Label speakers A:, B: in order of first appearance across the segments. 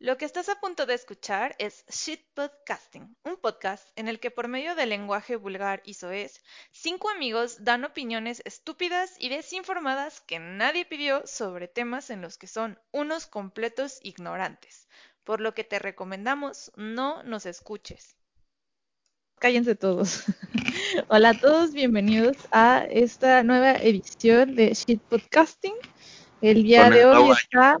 A: Lo que estás a punto de escuchar es Shit Podcasting, un podcast en el que por medio del lenguaje vulgar y soez, cinco amigos dan opiniones estúpidas y desinformadas que nadie pidió sobre temas en los que son unos completos ignorantes, por lo que te recomendamos no nos escuches.
B: Cállense todos. Hola a todos, bienvenidos a esta nueva edición de Shit Podcasting. El día
C: Con el
B: de hoy
C: nuevo
B: está.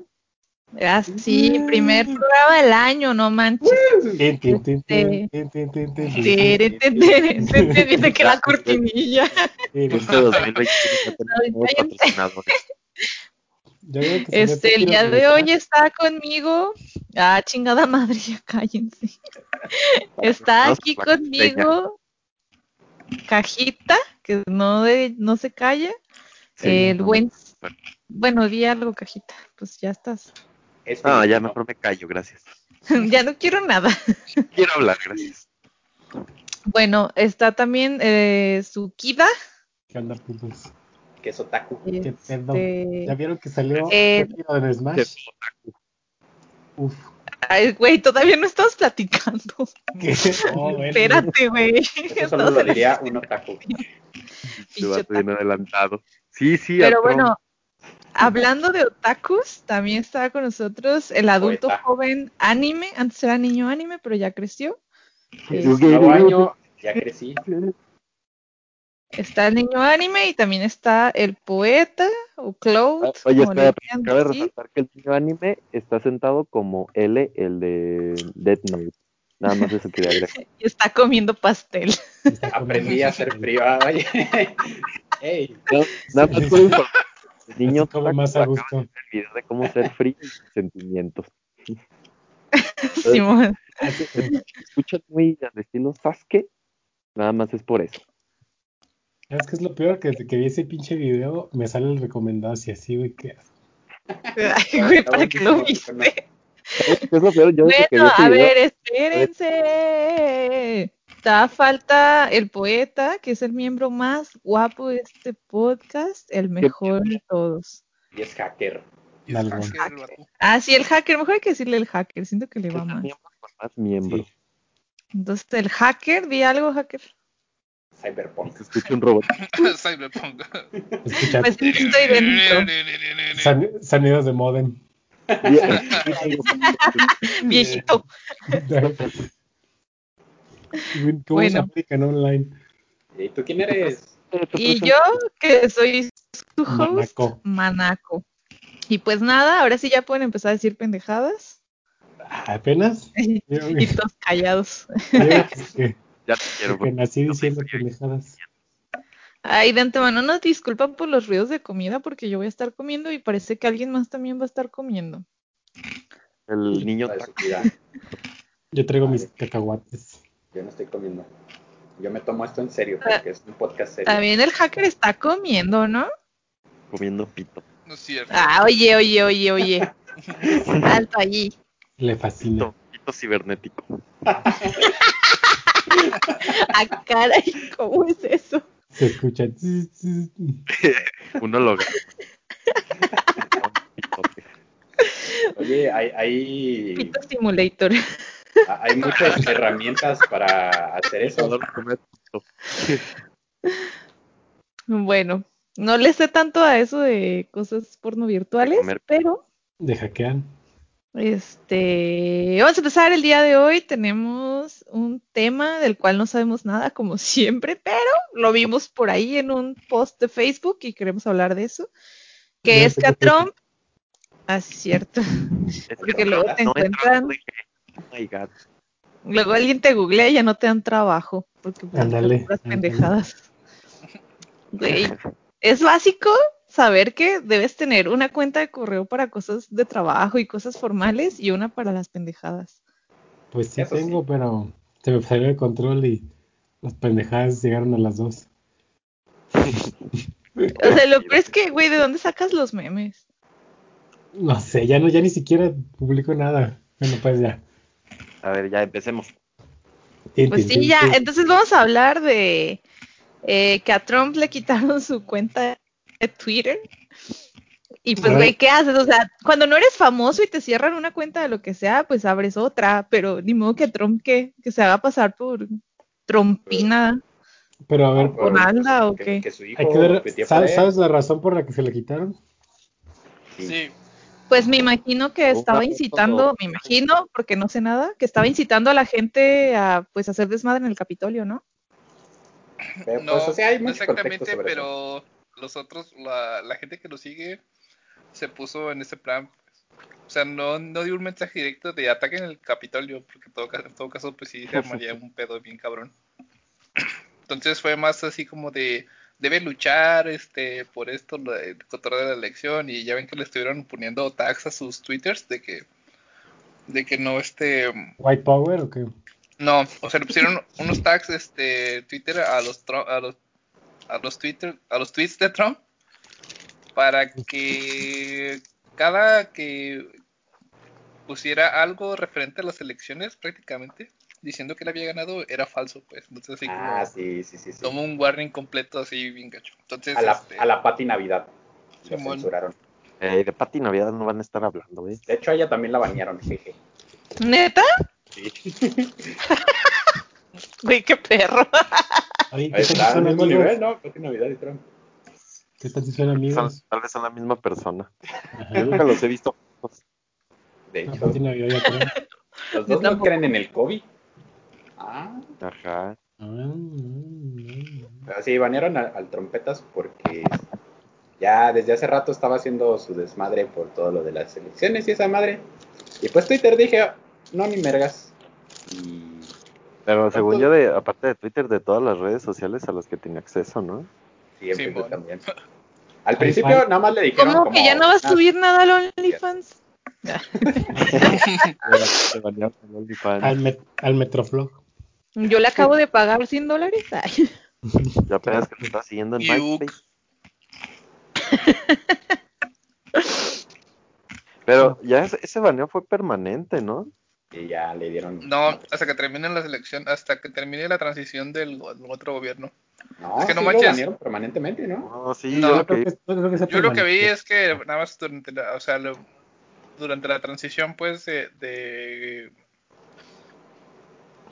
B: Ah, sí, primer programa del año, no manches.
D: Tin, tin, tin,
B: Este-
D: tin, tin, tin, tin, tin,
B: Tere,
D: tin, tin,
B: tere, tere, tere, Dice que la cortinilla.
D: tin, tin.
C: Este 2020 ya tenemos nuevos
B: Ahorita ya-
C: patrocinadores.
D: Ya veo que se
B: Este, el
D: metió
B: día
D: en
B: de
D: el
B: hoy está conmigo. Ah, chingada madre, ya cállense. Está aquí conmigo Cajita, que no, de- no se calla.
D: Sí.
B: el buen. Bueno, di algo, Cajita. Pues ya estás.
D: Ah,
C: No, ya mejor me callo, gracias.
B: ya no quiero nada.
C: Quiero hablar, gracias.
B: Bueno, está también eh, su Kida.
D: ¿Qué onda, putos?
E: que es otaku.
D: Qué pedo.
B: este,
D: pues. ¿Ya vieron que salió
B: Eh,
D: la de Smash? Uf.
B: ay, güey, todavía no estamos platicando.
D: ¿Qué? Oh, bueno.
B: Espérate, güey.
E: Eso solo lo diría un otaku.
C: Se va bien adelantado. Sí, sí,
B: Pero
C: a Trump.
B: bueno, hablando de otakus, también estaba con nosotros el adulto
E: Poeta.
B: joven anime. Antes era niño anime, pero ya creció. eh,
D: Es-
E: Nuevo año, ya crecí.
B: Está el niño anime y también está el poeta o Cloud.
C: Ah, Oye,
B: como le
C: espera,
B: quieran
C: cabe
B: decir.
C: resaltar que el niño anime está sentado como L, el de Death Note. Nada más eso quería agregar.
B: y está comiendo pastel.
D: está comiendo
E: Aprendí a ser privado. Oye. Ey,
C: No, nada más por informar. El niño
D: Así como más a
C: acaba
D: gusto.
C: de hacer el video de cómo ser frío y sus sentimientos.
B: Simón.
C: Escuchas muy al estilo Sasuke. Nada más es por eso.
D: ¿Sabes qué es lo peor? Que desde que vi ese pinche video me sale el recomendado así, así, güey. ¿qué?
B: Ay, güey,
E: está
B: para que lo
E: buenísimo,
B: viste.
C: ¿Qué es lo peor? Yo desde que vi
B: Bueno,
C: ese
B: a
C: video-
B: ver, espérense. Da falta el poeta, que es el miembro más guapo de este podcast, el mejor de todos.
E: Y es hacker.
F: Y
D: Mal
F: es
D: gol.
F: hacker el vato.
B: Ah, sí, el hacker, mejor hay que decirle el hacker, siento que le
C: Pues,
B: va mal.
C: miembros con más miembros.
D: Sí.
B: Entonces, el hacker, di algo, hacker.
E: Cyberpunk.
C: Se escucha un robot.
F: Cyberpunk.
D: Escucha,
B: Me siento ahí dentro,
D: san- sonidos de modem.
B: viejito.
D: ¿Cómo se
B: Bueno.
D: aplican online?
E: ¿Y tú quién eres?
B: Y yo, que soy su host,
D: Manaco.
B: Manaco. Y pues nada, ahora sí ya pueden empezar a decir pendejadas.
D: ¿Apenas?
B: Y
D: Yo-
B: todos callados.
D: yo que-
C: Ya te quiero.
D: que
C: bro.
D: nací
C: Yo
D: diciendo
C: pensé que-
D: pendejadas.
B: Ay, de antemano nos disculpan por los ruidos de comida porque yo voy a estar comiendo y parece que alguien más también va a estar comiendo.
C: El niño
E: La de su
C: taco.
E: vida.
D: Yo traigo mis cacahuates.
E: Yo no estoy comiendo. Yo me tomo esto en serio porque es un podcast serio.
B: También el hacker Ah, está comiendo, ¿no?
C: comiendo pito.
F: No es cierto.
B: Ah, oye, oye, oye, oye. Alto allí.
D: Le fascina.
C: Pito, pito cibernético.
B: Ah, caray, ¿cómo es eso?
D: Se escucha. tss, tss.
C: Uno lo gana.
E: Oye, hay, hay,
B: Pito Simulator.
E: hay muchas herramientas para hacer eso.
B: Bueno, no le sé tanto a eso de cosas porno virtuales,
C: comer.
B: pero
D: De hackean.
B: este, vamos a empezar el día de hoy. Tenemos un tema del cual no sabemos nada, como siempre, pero lo vimos por ahí en un post de Facebook y queremos hablar de eso, que
D: Ya
B: es
D: sé
B: que a
D: qué fue.
B: Trump, así es cierto, porque luego te encuentran,
C: Oh my god.
B: luego alguien te googlea y ya no te dan trabajo, porque pues,
D: Ándale,
B: puras
D: ándale.
B: pendejadas. Güey, es básico saber que debes tener una cuenta de correo para cosas de trabajo y cosas formales y una para las pendejadas.
D: Pues sí
E: Eso sí.
D: tengo, pero se me salió de control y las pendejadas llegaron a las dos.
B: O sea, lo peor es que, güey, ¿de dónde sacas los memes?
D: No sé, ya no, ya ni siquiera publico nada. Bueno, pues ya.
C: A ver, ya empecemos.
D: Tin,
B: Pues
D: tin,
B: sí,
D: tin,
B: ya,
D: tin.
B: entonces vamos a hablar de eh, que a Trump le quitaron su cuenta de Twitter Y pues, güey, ¿qué haces? O sea, cuando no eres famoso y te cierran una cuenta de lo que sea, pues abres otra, pero ni modo que Trump que, que se haga pasar por trompina
D: Pero a ver,
B: o Nalda o
E: que,
B: qué.
E: que su hijo
D: hay que ver-
E: competía por
D: ¿sabes,
E: él.
D: sabes la razón por la que se la quitaron?
F: Sí.
B: Pues me imagino que
C: Una
B: estaba
C: foto.
B: incitando, me imagino, porque no sé nada, que estaba incitando a la gente a pues hacer desmadre en el Capitolio, ¿no?
E: Pero,
F: no,
E: pues, o sea, hay
F: no
E: mucho contexto
F: exactamente,
E: sobre eso.
F: pero los otros, la, la gente que lo sigue, se puso en ese plan. pues. O sea, no, no dio un mensaje directo de ataquen el Capitolio, porque en todo, ca- en todo caso, pues sí se armaría un pedo bien cabrón. Entonces fue más así como de, debe luchar este por esto, lo de- contra la elección, y ya ven que le estuvieron poniendo tags a sus twitters de que, de que no, este,
D: ¿White Power o qué?
F: no, o sea, le pusieron unos tags este Twitter a los Tru- a los a los Twitter, a los tweets de Trump para que cada que pusiera algo referente a las elecciones prácticamente diciendo que él había ganado era falso, pues. Entonces así como
E: Ah, sí, sí, sí. sí.
F: tomó un warning completo así bien gacho. Entonces
E: A la,
F: este,
E: a la Pati Navidad. Lo
F: Simón.
E: censuraron.
C: Eh, de Pati Navidad no van a estar hablando, güey.
E: De hecho, a ella también la banearon, jeje.
B: ¿Neta?
E: Sí.
B: Güey, qué perro.
D: Ay,
E: Ahí
D: ¿qué tal si
E: está,
D: son
E: al mismo
D: amigos?
E: nivel, ¿no? Creo que Navidad y Trump.
D: ¿Qué tal si son
C: Son-
D: amigos?
C: tal vez son la misma persona.
D: Ajá.
C: Yo nunca los he visto.
E: De
D: La
E: hecho,
D: Ah, Pati Navidad ya creo.
B: Yo
E: los dos no
B: tampoco.
E: creen en el COVID. Ah,
C: Ajá.
D: Ah, mm, mm.
E: pero Ah, sí, banearon al, al Trompetas porque ya desde hace rato estaba haciendo su desmadre por todo lo de las elecciones y esa madre. Y pues Twitter dije, "Ah, no, ni mergas. Y
C: Pero según
E: ¿Cuánto?
C: yo, de, aparte de Twitter, de todas las redes sociales a las que tenía acceso, ¿no?
E: sí, en
F: Sí,
E: Facebook
F: mon.
E: también. Al
D: Ay,
E: principio
D: ay.
E: nada más le dijeron
B: ¿Cómo
E: como,
B: que ya no va a
E: "Ah,
B: subir nada al OnlyFans?
C: Me banearon en OnlyFans.
D: Al, met- al Metroflog.
B: Yo le acabo de pagar 100 dólares. Ay,
C: Yo apenas que lo estaba siguiendo en
F: Yuk.
C: MySpace. Pero ya ese, ese baneo fue permanente, ¿no?
E: Y ya le dieron.
F: no, hasta que termine la selección, hasta que termine la transición del go- otro gobierno.
E: no,
F: es que
E: sí
F: no
E: lo
F: manches.
E: banearon permanentemente, ¿no?
C: No, sí, yo
F: No,
D: Yo
C: lo que
D: creo que- yo creo que sea
F: Yo lo que vi
D: permanente.
F: es que nada más durante la, o sea, lo- durante la transición, pues, de, de-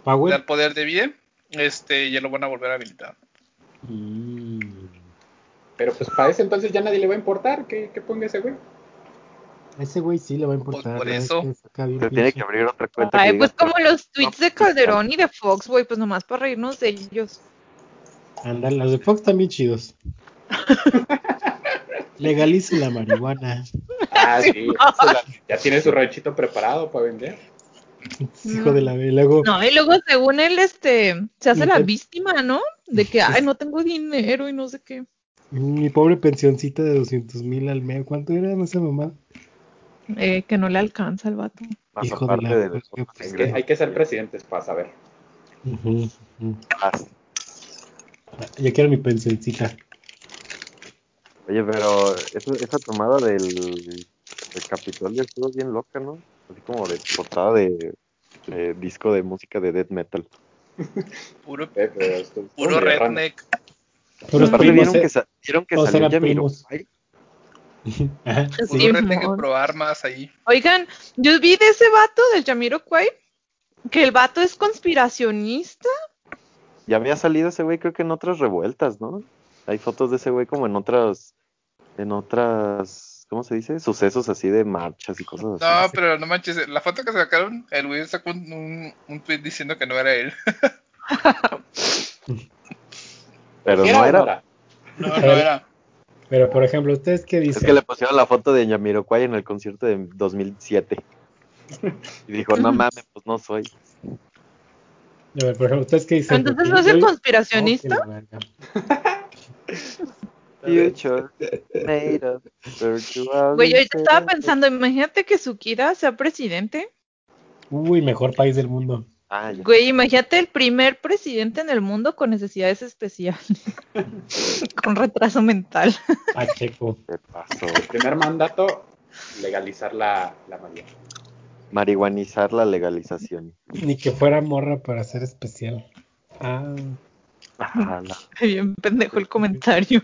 D: Power.
F: del poder de Biden, este, ya lo van a volver a habilitar.
D: Mm.
E: Pero pues para ese entonces ya nadie le va a importar que, que ponga ese güey.
D: A Ese güey sí le va a importar.
F: Pues, por
D: la verdad
F: eso.
D: es que saca bien
C: se tiene que
D: pinche.
C: abrir otra cuenta.
B: Ay,
C: que
B: pues
C: diga,
B: como los tweets de Calderón y de Fox, güey, pues nomás para reírnos de ellos.
D: Ándale, los de Fox también chidos. Legalicen la marihuana.
E: Ah, sí. Ya tiene su ranchito preparado para vender.
D: Hijo de la ve- luego
B: No, y luego según él, este, se hace la
D: Ujú.
B: víctima, ¿no? De que, ay, no tengo dinero y no sé qué.
D: mi pobre pensioncita de 200 mil al mes. ¿Cuánto era esa mamá?
B: Eh, que no le alcanza al vato.
C: Más
D: hijo de
C: aparte
D: la-
C: de los
D: porque,
C: otros
E: Es que
C: ingresos
E: hay que ser presidentes para saber.
D: Ujú, ujú.
C: más.
D: Ya quiero mi pensioncita.
C: Oye, pero esa, esa tomada del, del Capitolio estuvo bien loca, ¿no? Así como de portada de, de disco de música de death metal.
F: Puro,
E: Eh, pero esto- esto es
F: puro
E: medio raro.
F: redneck.
D: Puros
C: Aparte
D: primos,
C: vieron
D: eh.
C: que, sa- vieron que
D: o
C: salió
D: serán
C: Yamiro.
D: primos. ¿eh? Ajá,
F: Puro
B: Sí,
D: sí.
F: redneck que
B: mon.
F: pro armas ahí.
B: Oigan, yo vi de ese vato, del Yamiro Kwai, que el vato es conspiracionista.
C: Ya había salido ese güey, creo que en otras revueltas, ¿no? Hay fotos de ese güey como en otras, en otras, ¿cómo se dice? Sucesos así de marchas y cosas
F: No,
C: así.
F: pero no manches, la foto que sacaron, el güey sacó un, un, un tweet diciendo que no era él.
C: Pero
E: ¿Sí
C: no
E: o
C: era.
F: No, no era.
D: Pero por ejemplo, ¿ustedes qué
C: Es
D: dicen?
C: que le pusieron la foto de Yamiroquai en el concierto de 2007. Y dijo, no mames, pues no soy.
D: A ver, por ejemplo, ¿ustedes qué dicen?
B: Entonces
D: Porque
B: no es el
D: yo-
B: conspiracionista.
D: Oh, que la verga.
C: Future made of virtual
B: Güey, yo ahorita estaba
C: reality.
B: pensando, imagínate que Sukida sea presidente.
D: Uy, mejor país del mundo.
C: Ah, ya.
B: Güey, imagínate el primer presidente en el mundo con necesidades especiales. con retraso mental.
D: Ah, Pacheco.
C: ¿Qué pasó?
E: Primer mandato, legalizar la, la marihuana.
C: Marihuanizar la legalización.
D: Ni que fuera morra para ser especial. Ah.
C: Ah, la-
B: Bien pendejo el comentario.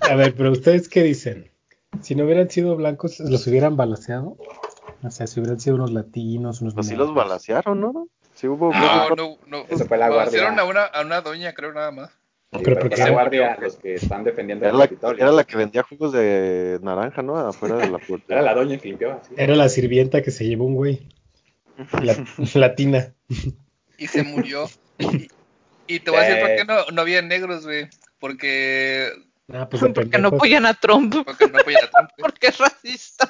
D: A ver, pero ¿ustedes qué dicen? Si no hubieran sido blancos, los hubieran balaseado. O sea, si hubieran sido unos latinos, unos.
C: Pues sí los
D: blancos.
C: balasearon, ¿no? Sí hubo.
F: No, no, no.
E: Eso fue la guardia.
F: Hicieron a una, a una doña, creo, nada más.
E: Sí,
D: Pero
E: pero
D: porque
E: la
D: era-
E: guardia, los que están defendiendo
C: Era
E: el
C: la,
E: Capitolio.
C: era la que vendía jugos de naranja, ¿no? Afuera de la
E: Era
C: puerta.
E: la doña que limpiaba,
C: Eh,
E: sí.
D: Era la sirvienta que se llevó un güey. La- latina.
F: y se murió. Y, y te voy a decir por qué no, no había negros, güey. Porque,
D: Ah, pues de
B: Porque no
D: pendejos.
B: apoyan a Trump,
F: porque no apoyan a Trump, güey.
B: porque es racista.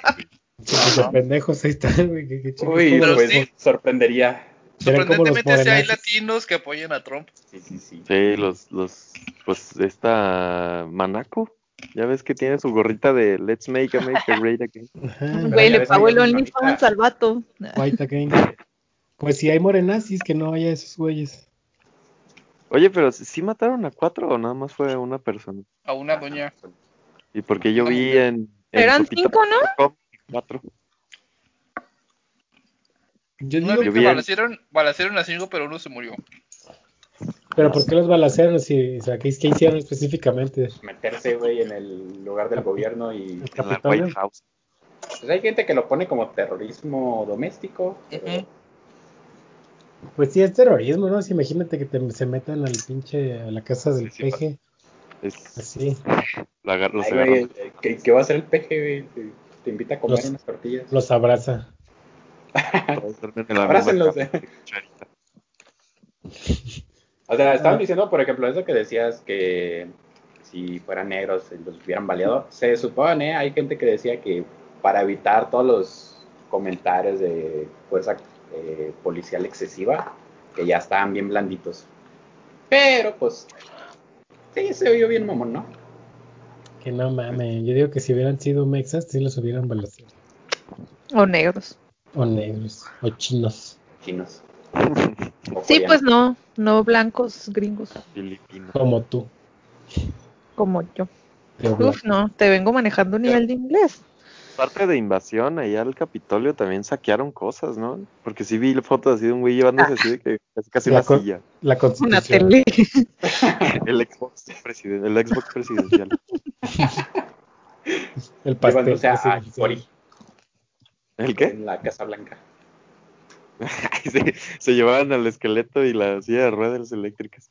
D: Pues de pendejos, ahí está, güey. Qué, qué chingados.
E: Uy,
F: Pero
E: pues
F: sí.
E: sorprendería.
D: Eran como los
F: Sorprendentemente, sí hay
D: morenazos.
F: latinos que apoyan a Trump.
E: Sí, sí, sí.
C: Sí, los, los, pues esta Manaco, ya ves que tiene su gorrita de Let's Make America Great Again.
D: Ajá,
E: Pero
B: Güey,
E: Ah, ya
B: le
E: ves,
B: pagó el
E: amigo, mi
B: OnlyFans
E: mamita.
B: al vato.
D: White again. Pues si hay morenazis, que no haya esos güeyes.
C: Oye, pero ¿sí mataron a cuatro o nada más fue a una persona?
F: A una doña.
C: Y porque yo vi en... en
B: Eran
C: Sopita
B: cinco, ¿no?
C: punto com, Cuatro.
D: Yo
F: No,
D: digo,
C: yo
F: que
C: vi-
F: balacieron, balacieron a cinco, pero uno se murió.
D: pero ¿por qué los balacearon? Si, o sea, ¿qué, qué hicieron específicamente?
E: Meterse, güey, en el lugar del gobierno y...
D: ¿El
C: En la
D: Capitolio?
C: White House.
E: Pues hay gente que lo pone como terrorismo doméstico. pero-
F: Ujú.
D: Pues sí, es terrorismo, ¿no? Sí, imagínate que te- se metan al pinche, a la casa del
C: Sí, sí,
D: peje.
C: Es,
D: Así.
C: lo agar- los
E: Ay,
C: agarró.
E: güey, eh, ¿qué, qué va a hacer el peje, güey? Te, te invita a comer
D: Los-
E: unas tortillas.
D: Los abraza.
C: todos duermen en la misma
E: Abrácenlos,
C: cama.
E: eh. O sea,
D: Ah.
E: estaban diciendo, por ejemplo, eso que decías que si fueran negros se los hubieran baleado. Se supone, hay gente que decía que para evitar todos los comentarios de fuerza eh, policial excesiva, que ya estaban bien blanditos. Pero, pues, sí, se oyó bien mamón, ¿no?
D: Que no mames. Yo digo que si hubieran sido mexas, sí los hubieran balaceado.
B: O negros.
D: O negros. O chinos.
E: Chinos. O
B: Sí,
E: coreanos.
B: pues no, no blancos, gringos,
C: Filipina.
D: Como tú.
B: como yo.
D: Pero bueno,
B: Uf, no, te vengo manejando un nivel de inglés.
C: Parte de invasión, allá al Capitolio también saquearon cosas, ¿no? Porque sí vi fotos así de un güey llevándose así de que casi, casi
D: La
C: una
D: co-
C: silla.
D: La
B: Una
D: constitución.
B: tele.
C: El Xbox, presiden- el Xbox presidencial.
D: El pastel.
E: Llevándose a- a
D: presidencial.
E: Hikori
C: ¿El qué?
E: en la Casa Blanca.
C: Ay, se, se llevaban al esqueleto y la silla de ruedas eléctricas.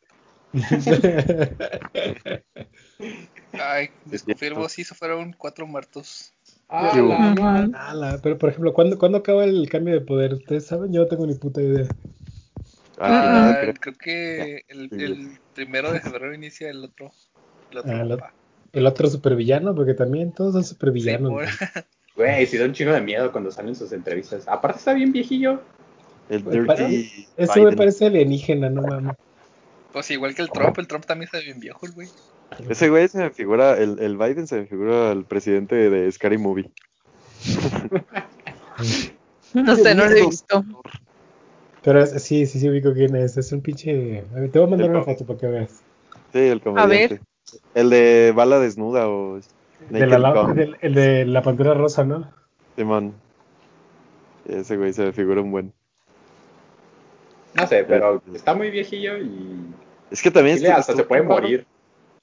F: Ay, desconfirmo,
C: cierto.
F: sí, se fueron cuatro muertos.
E: Ah,
C: Yo-
E: la
B: Ujú.
E: madre.
D: Ala, pero por ejemplo, ¿cuándo, ¿cuándo acaba el cambio de poder? ¿Ustedes saben? Yo no tengo ni puta idea.
C: Ah,
F: Ah,
C: creo-
F: creo que el, el primero de febrero inicia el otro. El otro
D: Ah, lo-
F: papá.
D: El otro supervillano, porque también todos son
F: Sí,
D: supervillanos.
F: por-
E: Güey, sí da un chingo de miedo cuando salen sus entrevistas. Aparte está bien viejillo.
C: el
D: Me parece-
C: Dirty
D: Eso me
C: Biden.
D: parece alienígena, no mames.
F: pues igual que el Trump, el Trump también está bien viejo, el güey.
C: Ese güey se me figura, el, el Biden se me figura al presidente de Scary Movie.
B: No sé, no lo he visto.
D: Pero es- sí, sí, sí, ubico quién es. Es un pinche. A ver, te voy a mandar
C: El
D: una
C: papá.
D: foto para que veas.
C: Sí, el comediante.
B: ver.
C: El de Bala Desnuda o
D: De
C: Naked
D: la, la-
C: Gun,
D: del- el de la pantera rosa, ¿no?
C: Simón. Ese güey se me figura un buen.
E: No sé, pero está muy viejillo y
C: Es que también
E: Chile
C: estu-
E: hasta se
C: estuvo
E: puede
C: bien raro-
E: morir.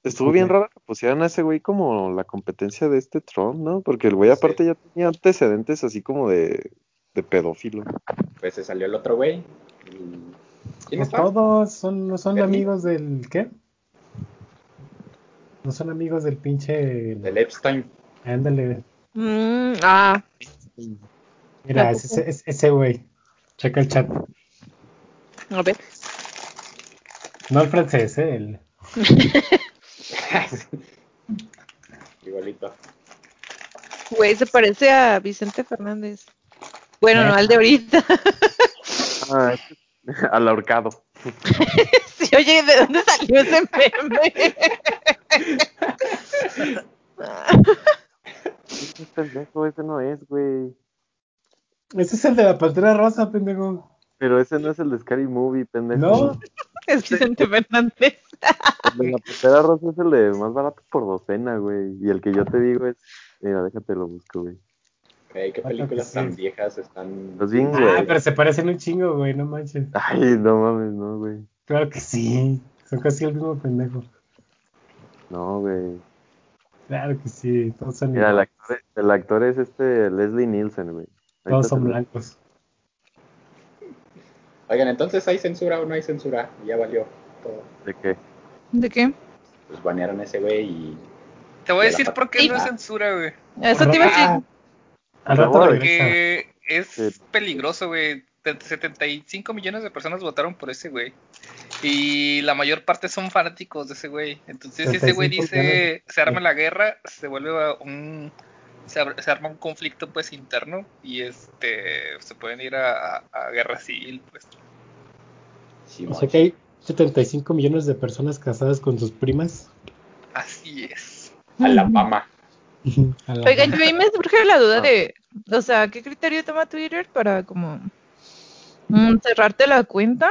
C: Estuvo bien raro que pusieran a ese güey como la competencia de este Trump, ¿no? Porque el güey aparte ya tenía antecedentes así como de, de pedófilo.
E: Pues se salió el otro güey. y- ¿Quién
D: Pues
E: está?
D: todos son, no son
E: ¿Bernie?
D: amigos del. ¿Qué? No son amigos del pinche.
E: Del Epstein.
D: Ándale.
B: Mm, ah,
D: Mira,
B: Tampoco.
D: es ese es ese güey. Checa el chat.
B: a ver.
D: No el francés, ¿eh? El,
E: Igualito.
B: Güey, se parece a Vicente Fernández. Bueno, no al de ahorita.
C: Ah, al ahorcado.
B: Sí, oye, ¿de dónde salió ese meme?
C: Ese pendejo, ese no es, güey.
D: Ese es el de la pantera rosa, pendejo.
C: Pero ese no es el de Scary Movie, pendejo.
D: No,
B: Es Vicente Fernández.
C: El de la pantera rosa es el de más barato por docena, güey. Y el que yo te digo es. Mira, déjate lo busco, güey.
E: Güey, qué
D: Otra que
E: películas
D: sí.
E: tan viejas están.
C: Los bien,
D: ah,
C: güey.
D: pero se parecen un chingo, güey, no manches.
C: Ay, no mames, no, güey.
D: Claro que sí, son casi el mismo pendejo.
C: No, güey.
D: Claro que sí, todos son
C: Mira, el
D: iguales.
C: actor, el actor es este Leslie Nielsen, güey. Ahí
D: Todos
C: está
D: son
C: su-
D: blancos.
E: Oigan, entonces hay censura o no hay censura. Y Ya valió todo.
C: ¿De qué?
B: ¿De qué?
E: Pues banearon a ese güey y.
F: Te voy a
E: De la
F: decir por qué no es
E: patina.
F: censura, güey.
B: Eso te iba a decir.
D: Al
C: Por
D: rato
C: favor,
D: regresa.
F: Porque
C: Sí.
F: es peligroso, güey. Te- 75 millones de personas votaron por ese güey. Y la mayor parte son fanáticos de ese güey. Entonces, si ese güey
D: 75
F: dice se arma la guerra, se vuelve a un. Se, ab- se arma un conflicto, pues, interno. Y este. Se pueden ir a, a- a guerra civil, pues.
E: Sí,
D: O sea que hay 75 millones de personas casadas con sus primas.
F: Así es.
E: A la fama.
D: A la-
B: Oigan, yo ahí me surge la duda
C: Ah.
B: de, o sea, ¿qué criterio toma Twitter para como mm, cerrarte la cuenta?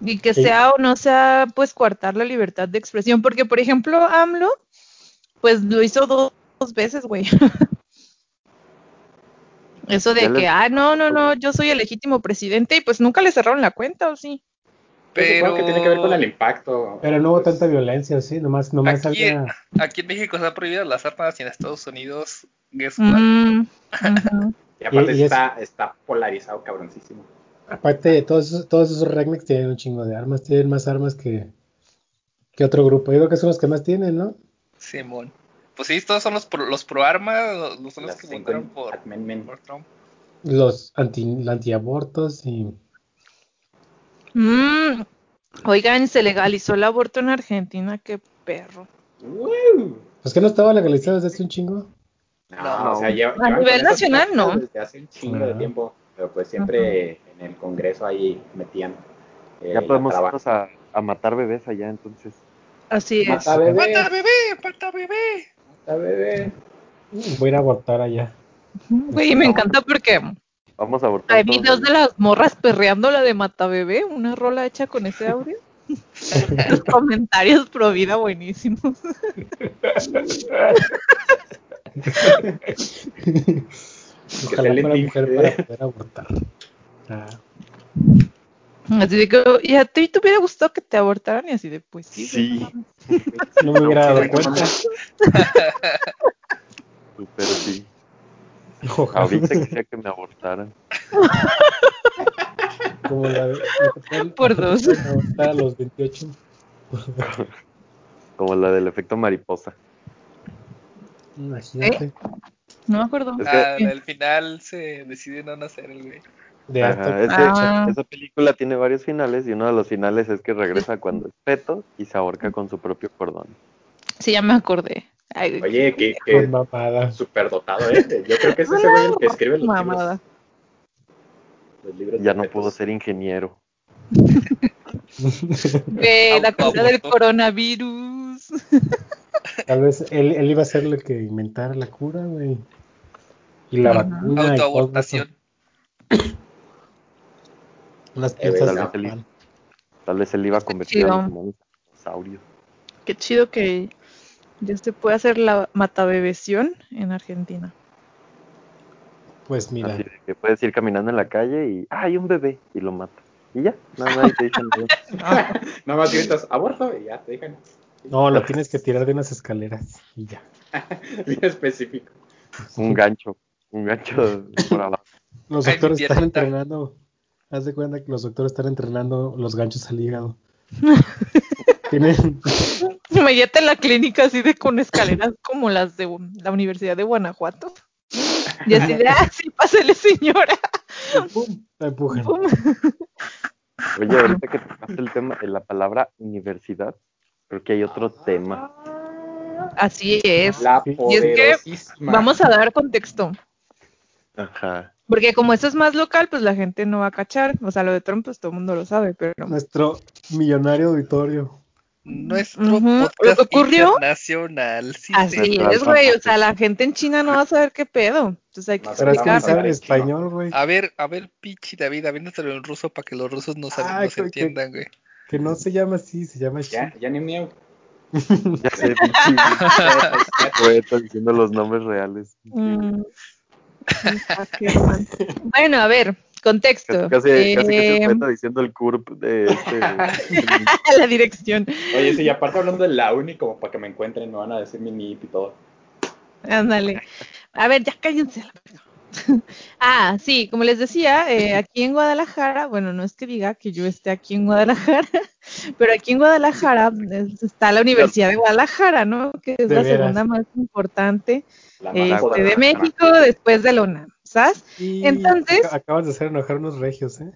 B: Y que
D: Sí.
B: sea o no sea, pues, coartar la libertad de expresión. Porque, por ejemplo, AMLO, pues, lo hizo do- dos veces, güey. Eso de
C: Ya les-
B: que, ah, no, no, no, yo soy el legítimo presidente y pues nunca le cerraron la cuenta, ¿o sí?
E: Pero.
F: Pero-
E: que tiene que ver con el impacto.
D: Pero no hubo
E: Pues,
D: tanta violencia, sí, nomás, nomás
F: Aquí-
D: había...
F: Aquí en México se han prohibido las armas y en Estados Unidos. guess what?
B: Mm, ujú.
E: Y aparte
D: Y- y es-
E: está, está polarizado cabroncísimo.
D: Aparte, todos esos, todos esos rednecks tienen un chingo de armas, tienen más armas que, que otro grupo. Yo creo que son los que más tienen, ¿no?
F: Simón. Pues sí, todos son los pro, los pro armas, los, los son los
E: Las
F: que
E: cinco
F: votaron por,
E: amendment.
F: por Trump.
D: Los anti, antiabortos y...
B: Mm, Oigan, se legalizó el aborto en Argentina, qué perro.
E: ¡Woo!
D: Pues que no estaba legalizado desde hace un chingo.
E: No,
F: No.
E: o sea, lleva-
B: A
E: llevan
B: nivel
E: con esas
B: nacional, no.
E: prácticas Desde hace un chingo de
D: No.
E: tiempo, pero pues siempre en el Congreso ahí metían. eh,
C: Ya
E: la
C: podemos
E: traba.
C: irnos a, a matar bebés allá, entonces.
B: Así es.
E: Mata bebé,
F: ¡Mata bebé! ¡Mata bebé!
E: mata bebé.
D: Voy a ir a abortar allá.
B: Güey, me encanta porque
C: Vamos a abortar.
B: hay
C: todos
B: videos
C: ahí.
B: de las morras perreando la de Matabebé, una rola hecha con ese audio. Los comentarios pro vida buenísimos.
D: Ojalá
E: se
D: fuera
E: les
D: mujer
E: impide.
D: para poder abortar. Ah,
B: Así de que, ¿y a ti te hubiera gustado que te abortaran? Y así de, pues sí. güey,
C: Sí.
B: no mames.
D: no me hubiera dado
E: sí,
D: cuenta.
C: Pero sí.
D: Ojalá.
C: Ahorita quisiera que me abortaran.
D: Como la de- la que pueden-
B: Por
D: la que
B: dos.
D: pueden Abortar a los 28.
C: Como la del efecto mariposa.
B: ¿Eh?
D: Imagínate.
B: No me acuerdo.
C: Es que-
F: Ah,
B: Sí.
F: al final se decide no nacer el güey.
D: De harto.
C: Ajá, es que
B: Ah.
C: Esa película tiene varios finales y uno de los finales es que regresa cuando es feto y se ahorca con su propio cordón.
B: Sí, ya me acordé. Ay, güey,
E: Oye, que,
D: Qué
E: que
D: mamada.
E: superdotado este. Yo creo que es ese güey el que escribe los
B: mamada.
E: libros. Los libros
C: Ya no
E: secretos.
C: pudo ser ingeniero.
B: Güey, la cura del
F: Aborto.
B: coronavirus.
D: Tal vez él, él iba a ser el que inventara la cura, güey. Y la
B: Ajá.
D: vacuna. y todo
F: Autoabortación.
D: eso. Unas
E: Eh,
D: piezas
E: tal
D: de
C: vez él-
D: pan.
C: Tal vez él iba a
B: Está
C: convertir a los
B: chido.
C: humanos en dinosaurios.
B: Qué chido que ya se puede hacer la matabebeción en Argentina.
D: Pues mira,
C: Así de que puedes ir caminando en la calle y "Ah, hay un bebé y lo mata. Y ya, nada más te dicen "No".
E: Nada más gritas aborto y ya te dejan.
D: no, lo tienes que tirar de unas escaleras y ya.
E: Bien específico.
C: un gancho, un gancho por abajo.
D: Los
F: Ay, mi
D: doctores están
F: piernita.
D: entrenando. Haz de cuenta que los doctores están entrenando los ganchos al hígado. Tienen.
B: Imagínate en la clínica así de con escaleras como las de la Universidad de Guanajuato. Y así de, ah, sí, pásele señora.
D: ¡Pum! La empujan.
B: Pum.
C: Oye, ahorita que tocaste el tema, la palabra universidad, creo que hay otro tema.
B: Así es.
E: La
B: Y
D: Sí.
B: es que
E: poderosísima.
B: Vamos a dar contexto.
C: Ajá.
B: Porque como esto es más local, pues la gente no va a cachar. O sea, lo de Trump, pues todo el mundo lo sabe, pero...
D: Nuestro millonario auditorio.
F: Nuestro
B: Ujú. Lo que
F: podcast
B: ocurrió-
F: internacional. Sí,
B: Así
C: nuestra
B: es, güey.
C: fama,
B: O sea, la gente en China no va a saber qué pedo. Entonces hay que
E: Más
D: Pero es que no Ah.
E: Explicar.
B: explicarlo.
D: saben español, güey.
F: A ver, a ver, pichi David, aviéntatelo en ruso para que los rusos nos,
D: Ah,
F: nos
D: creo que-
F: entiendan, güey.
D: Que no se llama así, se llama así.
E: Ya, ya ni miau.
C: Ya sé, pinche poeta diciendo los nombres reales.
B: Mm. Ah, qué mal. Bueno, a ver, Contexto.
C: Casi, casi, casi
B: Eh,
C: cuenta diciendo el CURP de este.
B: la dirección.
E: Oye, sí, y aparte hablando de la uni, como para que me encuentren, me van a decir mi NIP y todo.
B: Ándale. A ver, ya cállense. a la verga. ah, sí, como les decía, eh, aquí en Guadalajara, bueno, no es que diga que yo esté aquí en Guadalajara, pero aquí en Guadalajara es- está la Universidad de Guadalajara, ¿no? Que es
D: De
B: la
D: veras.
B: segunda más importante
E: La
B: este,
E: más poderosa.
B: de México después de la UNAM, ¿sabes?
D: Y
B: Entonces-
D: aca- acabas de hacer enojar unos regios, ¿eh?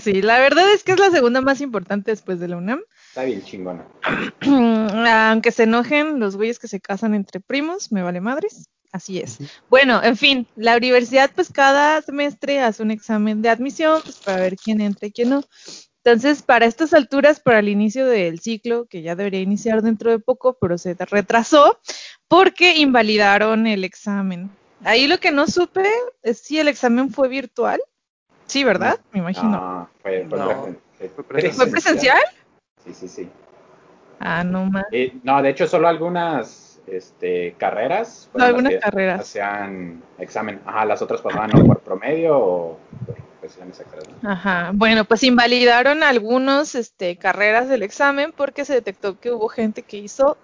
B: Sí, la verdad es que es la segunda más importante después de la UNAM.
E: Está bien chingona.
B: Aunque se enojen los güeyes que se casan entre primos, me vale madres. Así es. Bueno, en fin, la universidad pues cada semestre hace un examen de admisión pues, para ver quién entra y quién no. Entonces, para estas alturas, para el inicio del ciclo, que ya debería iniciar dentro de poco, pero se retrasó porque invalidaron el examen. Ahí lo que no supe es si el examen fue virtual. Sí, ¿verdad? Me imagino.
E: No, Ah, fue, fue
F: No.
E: presen- eh,
C: ¿Fue
B: ¿Fue presencial?
E: Sí, sí, sí.
B: Ah, no más.
E: Eh, no, de hecho, solo algunas este, carreras. fueron
B: Algunas
E: las que
B: carreras.
E: Hacían examen. Ajá, las otras pasaban ¿no? por promedio o por cuestiones extras, ¿no?
B: Ajá, bueno, pues invalidaron algunos este, carreras del examen porque se detectó que hubo gente que hizo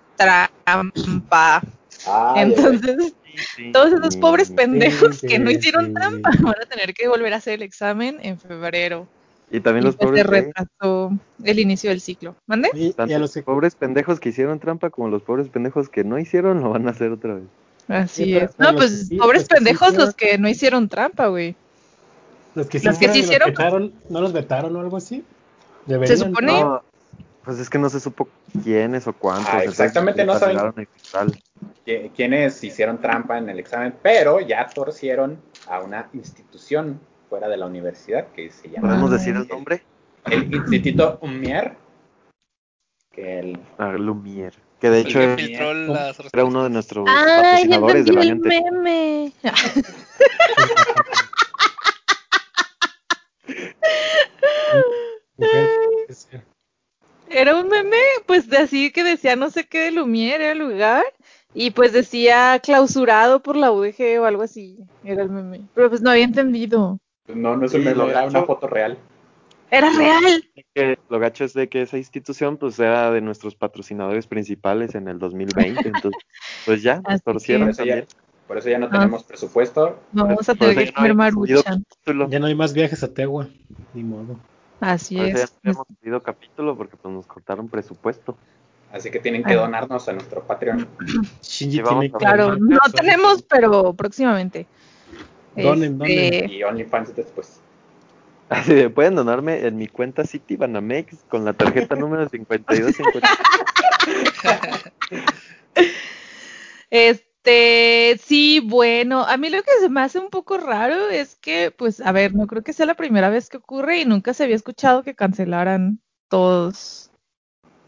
B: trampa.
E: Ah, ya, ya.
B: Entonces, todos esos pobres
C: Mm,
B: pendejos que no
D: sí,
B: hicieron
D: sí.
B: trampa ¿eh? van a tener que volver a hacer el examen en febrero.
C: Y también
B: Y
C: los
B: pues
C: pobres,
D: ¿eh?
B: se
C: gays,
B: retrasó el inicio del ciclo. ¿Mande?
D: Y, y
C: tanto
D: a
C: los
D: los que,
C: pobres pendejos que hicieron trampa como los pobres pendejos que no hicieron lo van a hacer otra vez.
B: Así
D: Sí, pero-
B: es.
D: pero
B: No,
D: los
B: pues
D: que sí-
B: pobres
D: los que sí
B: pendejos los
D: hicieron-
B: que no hicieron trampa, güey.
D: los que sí,
B: los que
D: fueron
B: sí
D: y
B: hicieron,
D: que echaron, ¿No los vetaron o algo así? Deberían,
B: Se supone-
D: ¿no?
C: No, pues es que no se supo quiénes o cuántos.
E: Ah,
C: entonces
E: exactamente, no
C: les
E: saben.
C: arreglaron el cristal.
E: que- quienes hicieron trampa en el examen, pero ya torcieron a una institución fuera de la universidad que se llama
C: ¿Podemos
B: Ah.
C: decir el nombre?
E: el Instituto Umier, que el
C: Ah, Lumière. Que
E: Pues
C: de hecho
F: El que
C: era
F: filtró las respuestas.
C: uno de nuestros patrocinadores del año anterior.
B: meme.
D: Mujer, es-
B: Era un meme, pues de así que decía no sé qué de Lumière era el lugar y pues decía clausurado por la UDG o algo así, era el meme. Pero pues no había entendido.
E: no, no es un
C: Sí, lo
E: meme, era
C: gacho.
E: una foto real.
B: Era real.
C: que lo gacho es de que esa institución pues era de nuestros patrocinadores principales en el 2020, entonces pues ya,
B: Así
C: nos torcieron
E: es.
C: también.
E: Por eso ya no
B: Ah.
E: tenemos presupuesto.
B: Vamos a
C: Por
B: tener que
C: eso ya no hay
B: comer
C: podido
B: maruchan.
C: capítulo,
D: Ya no hay más viajes a Tegua, ni modo.
B: Así
C: por eso ya
B: es.
C: no hemos pedido capítulo porque pues nos cortaron presupuesto.
E: Así que tienen que donarnos a nuestro Patreon.
D: Shinji
C: Sí, vamos
D: tiene
C: a
D: que-
B: Claro, no
D: Son-
B: tenemos, pero próximamente.
D: Donen, donen.
B: Este,
E: Y OnlyFans pues, después.
C: Así de, pueden donarme en mi cuenta City Banamex con la tarjeta número 5250.
B: Este, sí, bueno, a mí lo que se me hace un poco raro es que, pues, a ver, no creo que sea la primera vez que ocurre y nunca se había escuchado que cancelaran todos